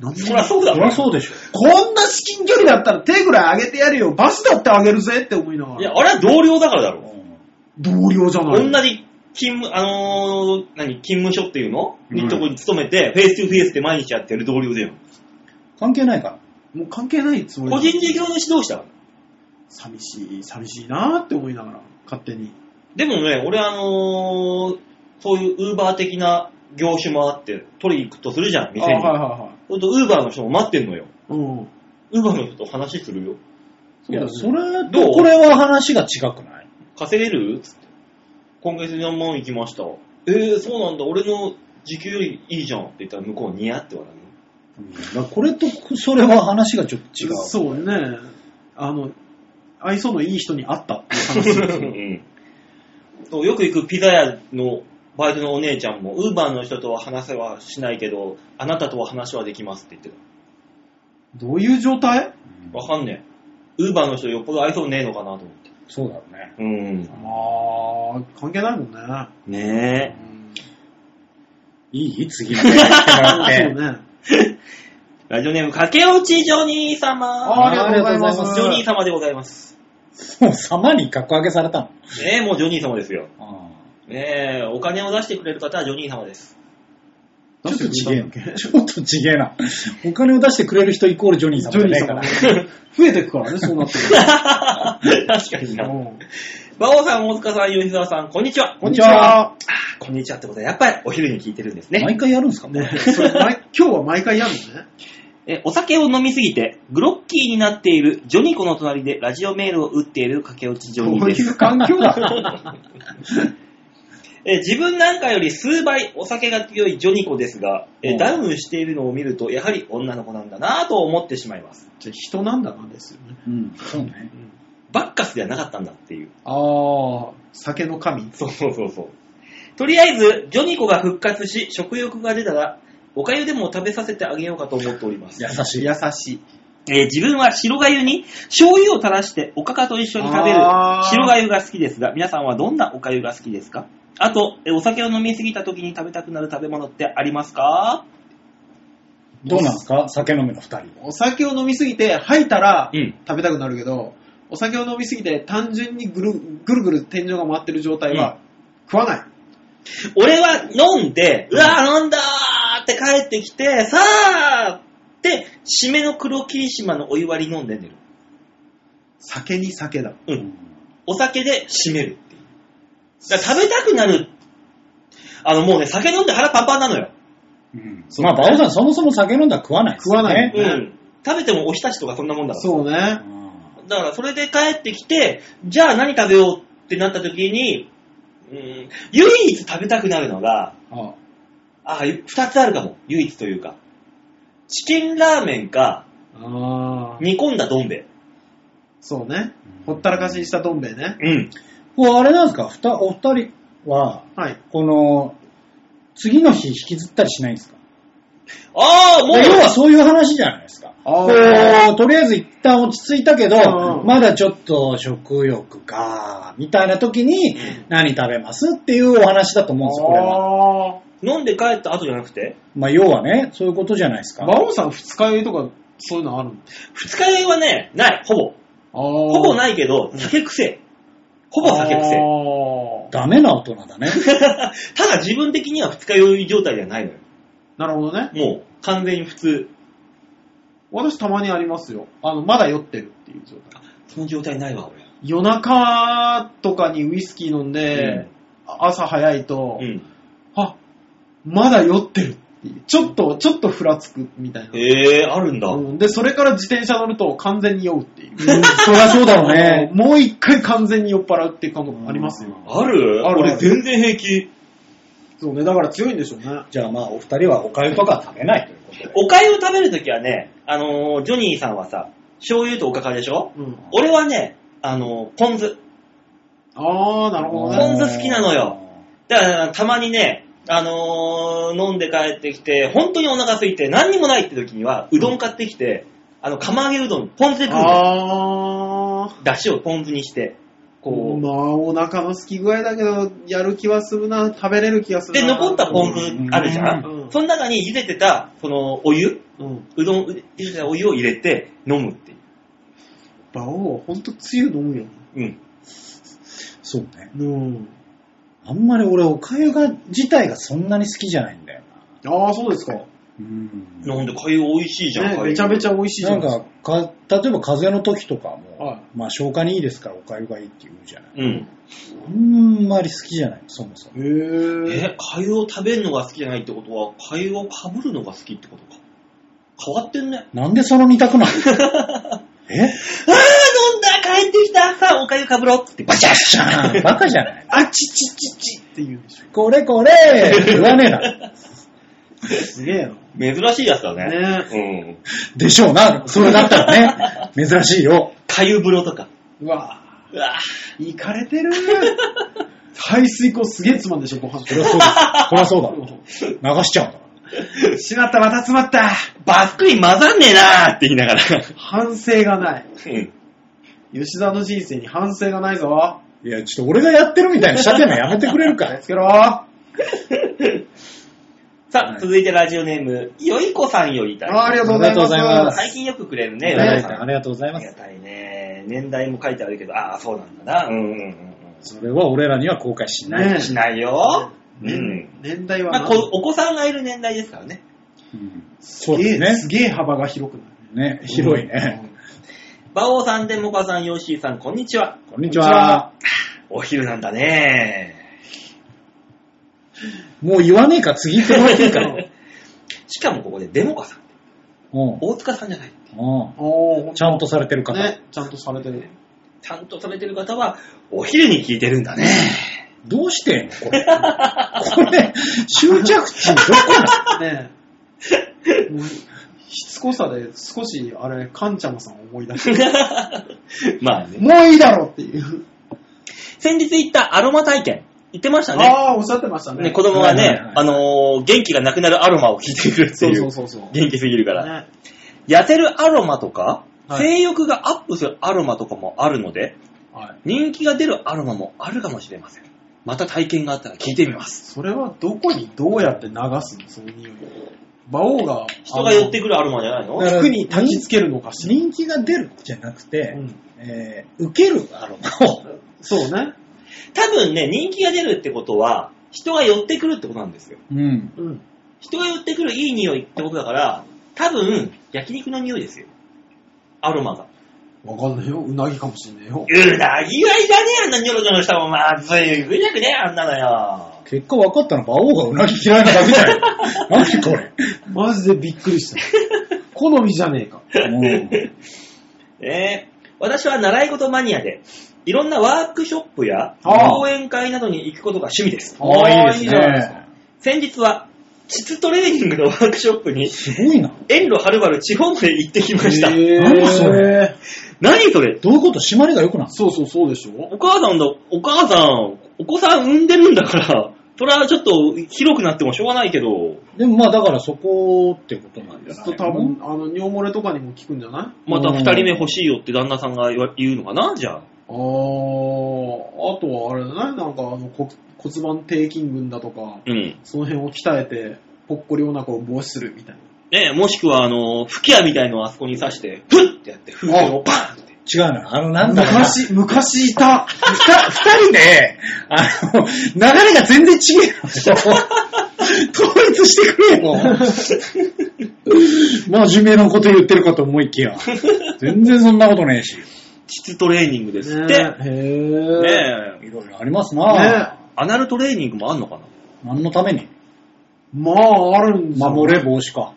なんで
そりゃそうだ
そり
ろ
ゃ。そうでしょ。
こんな至近距離だったら手ぐらい上げてやるよ。バスだって上げるぜって思いながら。
いや、あれは同僚だからだろ。
同僚じゃない。
同じ勤務、あのー、何、勤務所っていうのにとこに勤めて、フェイストゥフェイスで毎日やってる同僚だよ。
関係ないから。
もう関係ないつもり
個
だ
人事業主同士だから。
寂しい、寂しいなーって思いながら、勝手に。
でもね、俺あのーそういうウーバー的な業種もあって、取りに行くとするじゃん、
あ
店
はい
に。
は
ほんと、ウーバーの人も待ってんのよ。
いはい。うん。
ウーバーの人と話するよ。
いや、
そ
そうれ
ど
と
う
これは話が違くない
稼げるつって。今月何万行きました。えー、そうなんだ、俺の時給よりいいじゃんって言ったら向こうニヤって笑うよ。
うんだからこれとそれは話がちょっと違う。
そうね。あの、愛想のいい人に会ったっていう (laughs) 話。
うんそうよく行くピザ屋のバイトのお姉ちゃんも、ウーバーの人とは話せはしないけど、あなたとは話はできますって言って
どういう状態
うん
た。わかんねえ。ウーバーの人よっぽど愛想ねえのかなと思って。
そうだろうね。
うん。
あー、関係ないもんね。う
ね
ん
いい次の回来ても
(laughs) そう
らっ
ね
て。。
え。ラジオネーム、駆け落ちジョニー様。
あーありがとうございます。
ジョニー様でございます。
もう様に格上げされたの。
ねえ、もうジョニー様ですよ。
あ
ねえ、お金を出してくれる方はジョニー様
(laughs)
です。
あちょっとち
出
げえ
してくれた
な。
っ
ちょっとちげえな。お金を出してくれる人イコールジョニーさん
ジ
じゃ
ョニ
ね
ー
え
さ
か
んは
ら
ね。増えてくからね、そうなってくる。
確かにな。
うん
馬王さん、大塚さん、吉沢さん、こんにちは。
こんにちは。
あーこんにちはってことは、やっぱりお昼に聞いてるんですね。
(laughs) 毎回やるんですか
ね、それ毎今日は毎回やるのね。
え、お酒を飲みすぎて、グロッキーになっているジョニコの隣でラジオメールを打っている駆け落ちジョニー
こう
で
い
す。
う環境だから。
(laughs) え、自分なんかより数倍お酒が強いジョニコですが、
う
え、
ん
ダウンしているのを見ると、やはり女の子なんだなぁと思ってしまいます。
じゃあ人なんだなんですよね。
うん、そうね。
バッカスではなかったんだっていう。
ああ、酒の神。
そうそうそうそう。とりあえず、ジョニコが復活し、食欲が出たら、おかゆでも食べさせてあげようかと思っております。
優しい。
優しい。
えー自分は白粥に醤油を垂らしておかかと一緒に食べる
あー
白粥が好きですが、皆さんはどんなお粥が好きですかあと、えーお酒を飲みすぎた時に食べたくなる食べ物ってありますか
どうなんですか酒飲みの二人。
お酒を飲みすぎて吐いたら
うん
食べたくなるけど、お酒を飲みすぎて単純にぐるぐるぐる天井が回ってる状態は食わない。
俺は飲んで、うわー飲んだーって帰ってきて、さあって、締めの黒霧島のお湯割り飲んで寝る。
酒に酒だ。
うん。お酒で締めるっていう。だから食べたくなる。あのもうね、酒飲んで腹パンパンなのよ。
うんまあ、馬王さんそもそも酒飲んだら食わないですよね
食わない
うん。食べてもおひたしとかそんなもんだから。
そうね。
う
だからそれで帰ってきて、じゃあ何食べようってなった時に、うん、唯一食べたくなるのが、
あ
あ、二つあるかも。唯一というか。チキンラーメンか、
あー、
煮込んだどん兵衛。
そうね。ほったらかしにしたどん兵衛ね。
うん。
んこうあれなんですかふたお二人は、
はい。
この、次の日引きずったりしないんですか
ああ、もう、
要はそういう話じゃないですか。
あ
こ
ー
う、とりあえず一旦落ち着いたけ
う
ど、
ん
まだちょっと食欲が、みたいな時に何食べますっていうお話だと思うんですよ、これは。
あ
飲んで帰った後じゃなくて、
まあ要はね、そういうことじゃないです
ー、
か。
馬王さん二日酔いとかそういうのあるの
二日酔いはね、ない、ほぼ。
あー
ほぼないけど、酒癖。ほぼ酒癖。
あー
ダメな大人だね。
(laughs) ただ自分的には二日酔い状態ではないのよ。
なるほどね。
もう、完全に普通。
私たまにありますよ。あの、まだ酔ってるっていう状態。
その状態ないわ、俺。
夜中とかにウイスキー飲んで、朝早いと、
うん。
あ、まだ酔ってるっていう。ちょっと、ちょっとふらつくみたいな。
ええー、あるんだ。
うんで、それから自転車乗ると完全に酔うっていう。
うんそりゃそうだろう (laughs) ね。
もう一回完全に酔っ払うっていう感覚ありますよ。
ある
ある
俺全然平気。
そうね、だから強いんでしょうね。
じゃあまあお二人はおかゆとか食べないということで。
お粥を食べるときはね、あのージョニーさんはさ、醤油とおかかでしょ
うん。
俺はね、あのーポン酢。
あー、なるほ
ポ
ど
ン
ね。
酢好きなのよ。だから、たまにね、あのー飲んで帰ってきて、本当にお腹空いて、何にもないって時には、うどん買ってきて、あの、釜揚げうどん、ポン酢で食うんだよ。
あー。
だしをポン酢にして、こ
まあ、お腹の空き具合だけど、やる気はするな、食べれる気がす
う。
るな。
で、残ったポン酢あるじゃん。
うん
その中に茹でてた、その、お湯、
うん。
うどん、茹でてたお湯を入れて、飲むっていう。
馬王はほんとつゆ飲むよね。
うん。
そうね。
うん。
あんまり俺おかゆが、自体がそんなに好きじゃないんだよな。
ああ、そうですか。
うん
なんで、カエル美味しいじゃん、
ね
カエル
めちゃめちゃ美味しいじ
な
ゃ
ん
ん。
かか、例えば風邪の時とかも、
は
まあ消化にいいですからおかゆがいいって言うじゃない。
うん。
あんまり好きじゃない、そもそも。
へぇ
え、カエルを食べるのが好きじゃないってことは、カエルを被るのが好きってことか。変わってんね。
なんでその二択なの
(laughs)
え
ああ、飲んだ帰ってきたさあ、おかゆかぶろうってバ
バ
シ
シ
ャ
ャ
ッ
ッシャーンバカじゃない
あちちちちって言うんでし
これこれ言わねえな。
ょ。すげえな。
珍しいやつだね。
ね
うん。
でしょうな。それだったらね。珍しいよ。
かゆ風呂とか。
うわ
うわ
ぁ、いかれてる排水口すげえつまんでしょ、ご飯。
そりゃそうです。そりゃそうだ。流しちゃうんだから。
しまった、また詰まった。
バックリ混ざんねえなーって言いながら。
反省がない。
うん。
吉田の人生に反省がないぞ。
いや、ちょっと俺がやってるみたいにしちゃってんのやめてくれる
気を
か。
つけろ。
さあ、続いてラジオネーム、よいこさんよりいただきました
ありがとうございます。
ありがとうございます
最近よくくれるね、
ね
よいこさん。
ありがとうござい
あ
ま
りが
す。
たいね。年代も書いてあるけど、ああ、そうなんだな。うんうん
それは俺らには後悔しない。
うん。しないよ。うん。
年代は
まあ、
何、
こお子さんがいる年代ですからね。
うんそ
す
う
げえ、
ですすね。
げえ幅が広くなる。
ね、広いね。
馬王さん、でもかさん、ヨッシーさん、こんにちは。
こんにちは。
お昼なんだね。
もう言わねえか、次行ってもらっていいか
(laughs)
な。
しかもここでデモカさん。
うん
大塚さんじゃない。
う
おー
ん。ちゃんとされてる方。
ね、ちゃんとされてる。
ちゃんとされてる方は、お昼に聞いてるんだね。
どうしてんのこれ。これ、終着地どこな
ねもうしつこさで少し、あれ、カンチャマさんを思い出して、
まあね。
もういいだろっていう。
先日行ったアロマ体験、行ってましたね。
ああ、おっしゃってましたね。
ね子供がね、
はいはいはい
あのー元気がなくなるアロマを聞いてくるって
そ
いうう。
そうそうそう。ね
元気すぎるから。痩せるアロマとか、
はい
性欲がアップするアロマとかもあるので、
はい
人気が出るアロマもあるかもしれません。また体験があったら聞いてみます。
それはどこにどうやって流すのその匂いを。馬王が、
人が寄ってくるアロマじゃないの
あの
服に焚きつけるのかしら。
人気が出るじゃなくて、
うん
えー、受けるアロマを。
そうね。
多分ね、人気が出るってことは、人が寄ってくるってことなんですよ。
うん。
うん。
人が寄ってくるいい匂いってことだから、多分、焼肉の匂いですよ。アロマが。
わかんないよ。うなぎかもしんないよ。
うなぎはいらねえ、あんなニョロニョロしたもん。まずい。食いたくねえ、あんなのよ。
結果分かったの、馬王がうなぎ嫌いなだけじゃない。何これ。
マジでびっくり (laughs) した。好みじゃねえか。
うん
えー私は習い事マニアで、いろんなワークショップや
ああ
講演会などに行くことが趣味です。
ああ、いいです
いいじゃないです
ね。
先日は、膣トレーニングのワークショップに、
すごいな。
遠路はるばる地方まで行ってきました。
へー
何それ
何それ
どういうこと締まりが良くなる
そうそうそうでしょ
お母さんだ、お母さん、お子さん産んでるんだから、それはちょっと広くなってもしょうがないけど、
でもまあだからそこってことなんじゃない
多分、あの、尿漏れとかにも効くんじゃないあ
また二人目欲しいよって旦那さんが言わ言うのかなじゃあ。
あー、あとはあれだね、なんかあのこ骨盤底筋群だとか、
うん。
その辺を鍛えて、ぽっこりお腹を防止するみたいな。
ねえもしくは、あの、吹き矢みたいのをあそこに刺して、ふっってやって、風船をバーンって。
違うな。あの、なんだろうな。
昔、昔いた
ふた二人で、あの、流れが全然違うの。統一してくれよ。 (laughs) 真面目なこと言ってるかと思いきや。全然そんなことねえし。
膣トレーニングですって。
ねへぇね
ねえ、
いろいろありますな、
アナルトレーニングもあんのかな
何のために
まあ、あるんじゃん。
守れ防止か。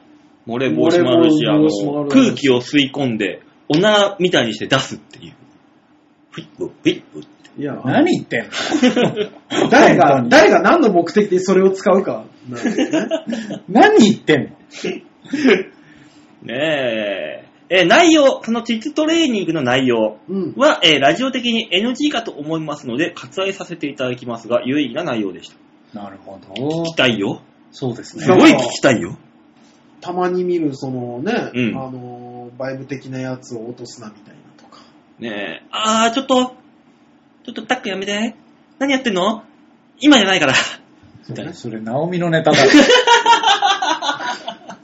漏れ防止もあるし、
漏
あ
れ
の
防止もあ、る
空気を吸い込んで、おなみたいにして出すっていう。ふいっぷ、ふいっぷ。
いや、
何言ってんの
誰が
本、当に
誰が何の目的でそれを使う
(laughs)
かなんだよね。
何言ってんの
ねえ。え、内容、その膣トレーニングの内容
うん。
は、えーラジオ的に NG かと思いますので、割愛させていただきますが、有意義な内容でした。
なるほど
聞き。たいよ。
そうですね
す。ごい聞きたいよ。
たまに見る、そのね、
うん
あのー、バイブ的なやつを落とすなみたいなとか。
ねえ、あー、ちょっと、ちょっとタックやめて。何やってんの今じゃないから。
それ、それナオミのネタだ。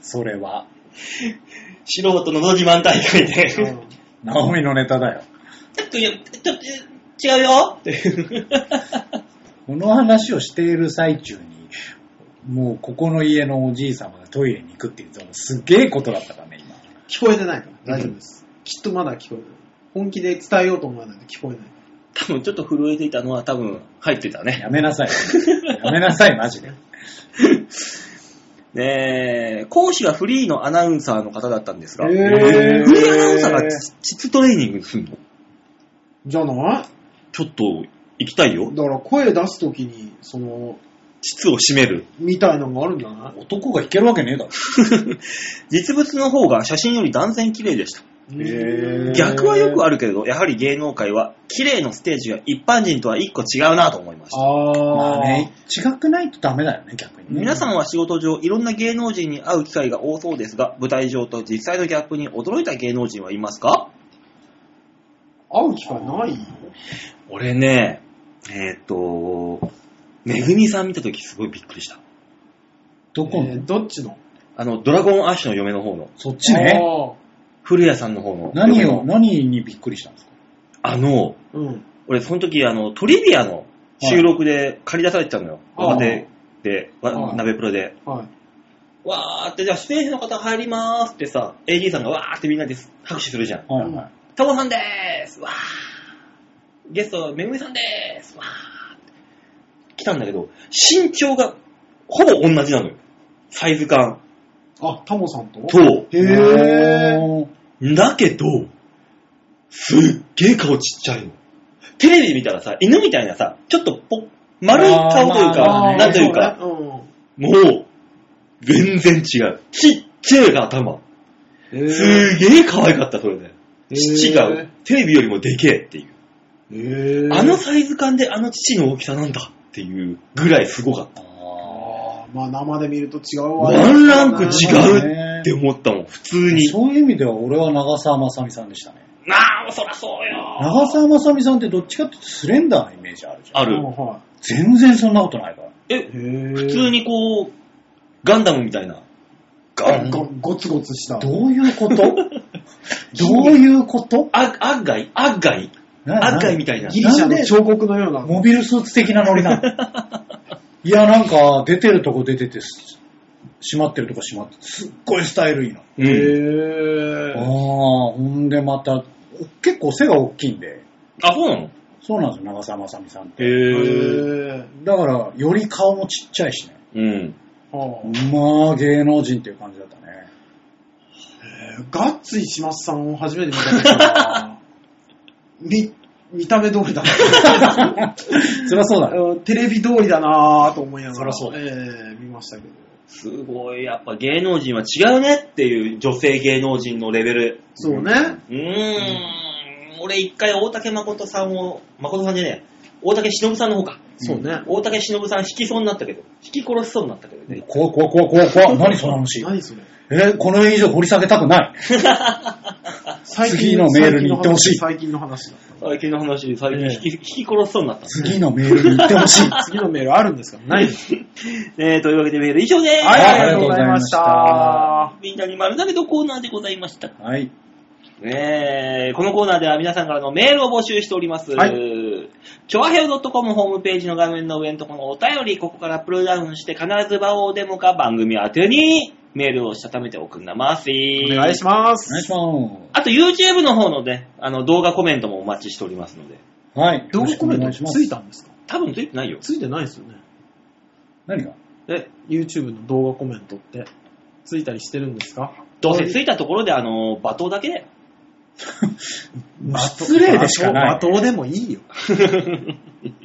それは、
素人のの自慢大会 (laughs) で。
ナオミのネタだよ。
タックやめて、ちょっと、違うよって。
この話をしている最中に、もうここの家のおじい様がトイレに行くっていうと、すげえことだったからね、今。
聞こえてないから大丈夫です。きっとまだ聞こえてない。本気で伝えようと思わないと聞こえない。
多分ちょっと震えていたのは多分入ってたね。
やめなさい。やめなさい、マジで。
ねえ、講師はフリーのアナウンサーの方だったんですが、フリー
へー
アナウンサーが実トレーニングするの
じゃない
ちょっと行きたいよ。
だから声出すときに、その、
膣を締める。 (laughs)
みたいなのがあるんじゃない
男がいけるわけねえだろ。
実物の方が写真より断然綺麗でした。
へー
逆はよくあるけれど、やはり芸能界は綺麗のステージが一般人とは一個違うなと思いました。
ま
あ
あ
ー、
ね、違くないとダメだよね、逆にね。
皆さんは仕事上、いろんな芸能人に会う機会が多そうですが、舞台上と実際のギャップに驚いた芸能人はいますか
会う機会ないよ。
俺ね、えっ、と、めぐみさん見たときすごいびっくりした。
どこの、
えーどっちの
あの、ドラゴンアッシュの嫁の方の、
そっちね。
あ
古谷さんの方の。
何を、
嫁の
何にびっくりしたんですか
あの、
ーうん。
俺その時あの、トリビアの収録で借り出されてたのよ。
あー
若手で、
あ
わ
ー
鍋プロで。
はい。
わーって、じゃあステージの方入りまーすってさ、AD さんがわーってみんなで拍手するじゃん。
はいはい。
タモさんでーすわーゲスト、めぐみさんでーすわー来たんだけど、身長がほぼ同じなのよ。サイズ感
あ、タモさんと
と。
へぇー。
ー。
だけど、すっげー顔ちっちゃいの。テレビ見たらさ、犬みたいなさ、ちょっとぽ丸い顔という
あーまあま
か
あ、
なんというか、
そうね。
もう、全然違う。ちっちゃい頭。
うん。
すげー可愛かった、それで。
えー
父がテレビよりもでけえっていう。
えー
あのサイズ感であの父の大きさなんだっていうぐらいすごかった。
あーまあ生で見ると違うわ。
ワンランク違
う
うって思ったもん、普通に。
そういう意味では俺は長澤まさみさんでしたね。
なあ、そらそうよ。
長澤まさみさんってどっちかっていうとスレンダーなイメージあるじゃん。
あ
あ
る。
は
全然そんなことないから。
え
い、、普
普通にこう、ガンダムみたいな。ガン
ゴゴツゴツした。
どういうことどういうこと
アアッガイアッガイアッガイみたいな。
ギリシャの彫刻のような。
モビルスーツ的なノリなの。いや、なんか、出てるとこ出てて、す閉まってるとこ閉まってて、すっごいスタイルいいの。
うん
へ
ああ、
ぇ
ほんでまた、結構背が大きいんで、
あ、そうなの
そうなんですよ、長澤まさみさんって。
へえ。
ー。
だから、より顔もちっちゃいしね。
うん。
はあ
まあ、芸能人っていう感じだったね。
えーガッツ石松さんを初めて見た時はみ見た目通りだな
そりゃそうだね。
うんテレビ通りだなぁと思いながら、
そりゃ
えー見ましたけど。
すごい、やっぱ芸能人は違うねっていう女性芸能人のレベル。
そうね。
うーん、俺一回大竹誠さんを、誠さんじゃねえ、大竹忍さんの方か。
そうね。
大竹忍さん引きそうになったけど、引き殺しそうになったけどね。
怖い怖い怖い怖い怖い。何その話。
何それ
えーこの以上掘り下げたくない。
最
次のメールに行ってほしい
最近の話だ。
最近の話、最
ええ
近引き,、引き殺しそうになった。
次のメールに行ってほしい。
次のメールあるんですかない
(laughs)
です。
えー、というわけでメール以上です。
はい、
はい
ありがとうございまし
あ
た。
みんなに丸投げのコーナーでございました。
はい。
ねえ、このコーナーでは皆さんからのメールを募集しております。
はい
チョアヘオ .com ホームページの画面の上のところのお便り、ここからプルダウンして必ず場をデモか番組宛てにメールをしたためておくんなまーす
お願いしま
お願いし
す。
ま
あと YouTube の方のね、あの動画コメントもお待ちしておりますので。
す。はい。
動画コメ
よ
ン
ろしくお願いし
ト
ま
つい
す。
たんですか
多分ついてないよ。
ついてないですよね。
何が
え、
YouTube の動画コメントって、ついたりしてるんですか
どうせついたところであの、罵倒だけで。
失礼でしかない
罵倒罵倒でもいいよ。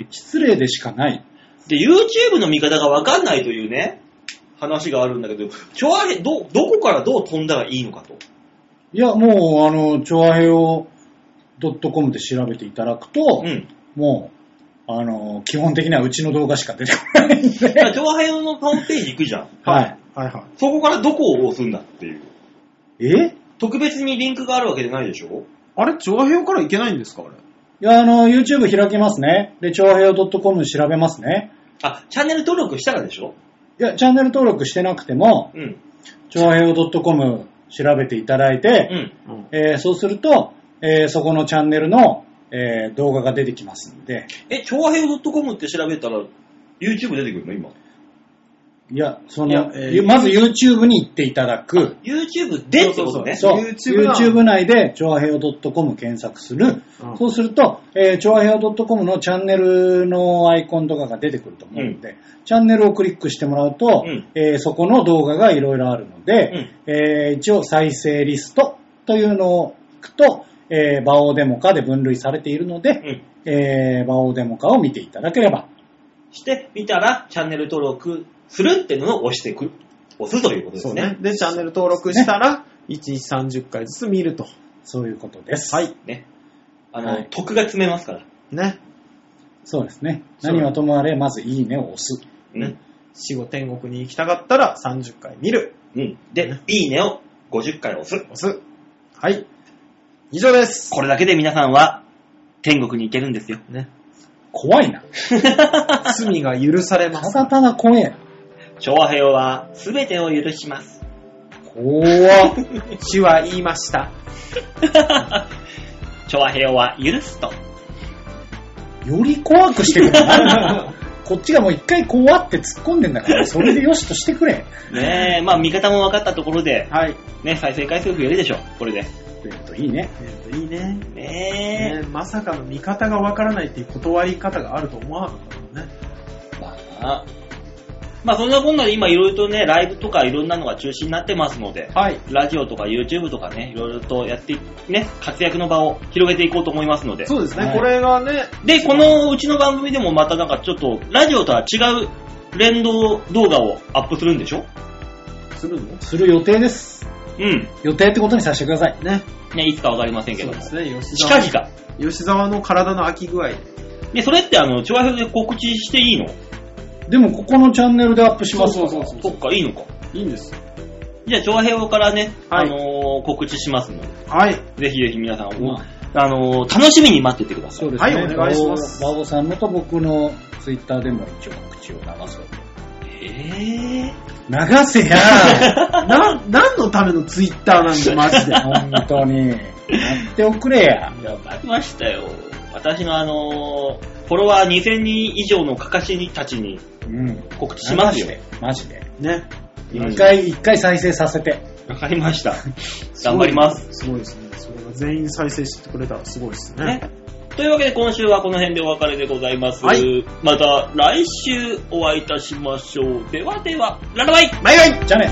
失礼でしかない。
で、YouTube の見方がわかんないというね、話があるんだけど、チョアヘど、どこからどう飛んだらいいのかと。
いや、もう、あの、チョアヘオ .com で調べていただくと、
うん。
もう、あの、基本的にはうちの動画しか出てこないん
だか (laughs)
で。
らチョアヘのホームページ行くじゃん。
(laughs) はい。
はいはい。
そこからどこを押すんだっていう。
えい
特別にリンクがあるわけじゃないでしょ
あれ、長編からいけないんですかあれ。
や、あの、YouTube 開きますね。で、チョアヘオ .com 調べますね。
あ、チャンネル登録したらでしょ
いや、チャンネル登録してなくても、
うん。
チョアヘオ .com 調べていただいて、
うん。
うん。
えーそうすると、えーそこのチャンネルの、えー動画が出てきますんで、
え、チョアヘオ .com って調べたら YouTube 出てくるの今。
いや、そ
いや
の、
えー
まず YouTube に行っていただく、
YouTube でってことね。
そう、
YouTube な
YouTube 内で、超平洋 .com 検索する。
うん
そうすると、えー、超平洋 .com のチャンネルのアイコンとかが出てくると思うので、チャンネルをクリックしてもらうと、
うん
えーそこの動画がいろいろあるので、えー一応再生リストというのを聞くと、えー、バオデモカで分類されているの
う
で、
ん。
えー、バオデモカを見ていただければ、
してみたら、チャンネル登録するっていうのを押してく、押すということで
そ
す
う
ね
ね。。で、チャンネル登録したら、1日30回ずつ見ると。
そういうことです。
はい。
ね。あの、
はい
徳が詰めますから。
ね。
そうですね。
そう
何はともあれ、まずいいねを押す。
うん。
死後天国に行きたかったら30回見る。
うん。で、いいねを50回押す。
押す。はい。以上です。
これだけで皆さんは、天国に行けるんですよ。
ね。
怖いな。
罪が許されま
た
(laughs) す。
だただ怖えな。
昭和平和は全てを許します。
怖っ
主は言いました。
昭和平和は許すと。
より怖くしてくれ。 (laughs) こっちがもう一回怖って突っ込んでんだから、それでよしとしてくれ。
(laughs)
ねえ、まあ見方も分かったところで、
はい。
ね、再生回数増えるでしょ、これで。
というといいね。
えっ、と、いいね。
ね
ねまさかの見方がわからないっていう断り方があると思わなかったもんね。
え、まあ、まあそんなこんなで今いろいろとね、ライブとかいろんなのが中止になってますので、
はい。
ラジオとか YouTube とかね、いろいろとやってい、ね、活躍の場を広げていこうと思いますので。
そうですね。
はい
これがね、
で、このうちの番組でもまたなんかちょっと、ラジオとは違う連動動画をアップするんでしょ
するの
する予定です。
うん。
予定ってことにさせてください。
ね。
ね、いつかわかりませんけ
そう
ども。
ですね。吉
近
沢。
々。
吉沢の体の空き具合。
で、それってあの、調和表で告知していいの
でも、ここのチャンネルでアップします
そうそうそう
そっか、いいのか。
いいんですよ。
じゃあ、調和表からね、
はい
あのー告知しますので、
はい。 (laughs)
ぜひぜひ皆さん、お
まあ
あのー楽しみに待っててください。
そうですね。
はいお願いします
バオバオさんのと僕のツイッターでも一応告知を流すので。
え
流せや (laughs)
な、何のためのツイッターなんで、マ (laughs) ジで。
本当に。やっておくれや。
ー、やばいましたよ。私のあのーフォロワー2000人以上のかかしにたちに
うん。
告知します
流
よ
て。。マジで。
ね。
一回、一回再生させて。
わかりま
(laughs)
した。頑張ります。
すごいですね。それが全員再生してくれたらすごいですね。
ね。というわけで今週はこの辺でお別れでございます。
はい
また来週お会いいたしましょう。ではでは、ララバイ
バイバイじゃあね。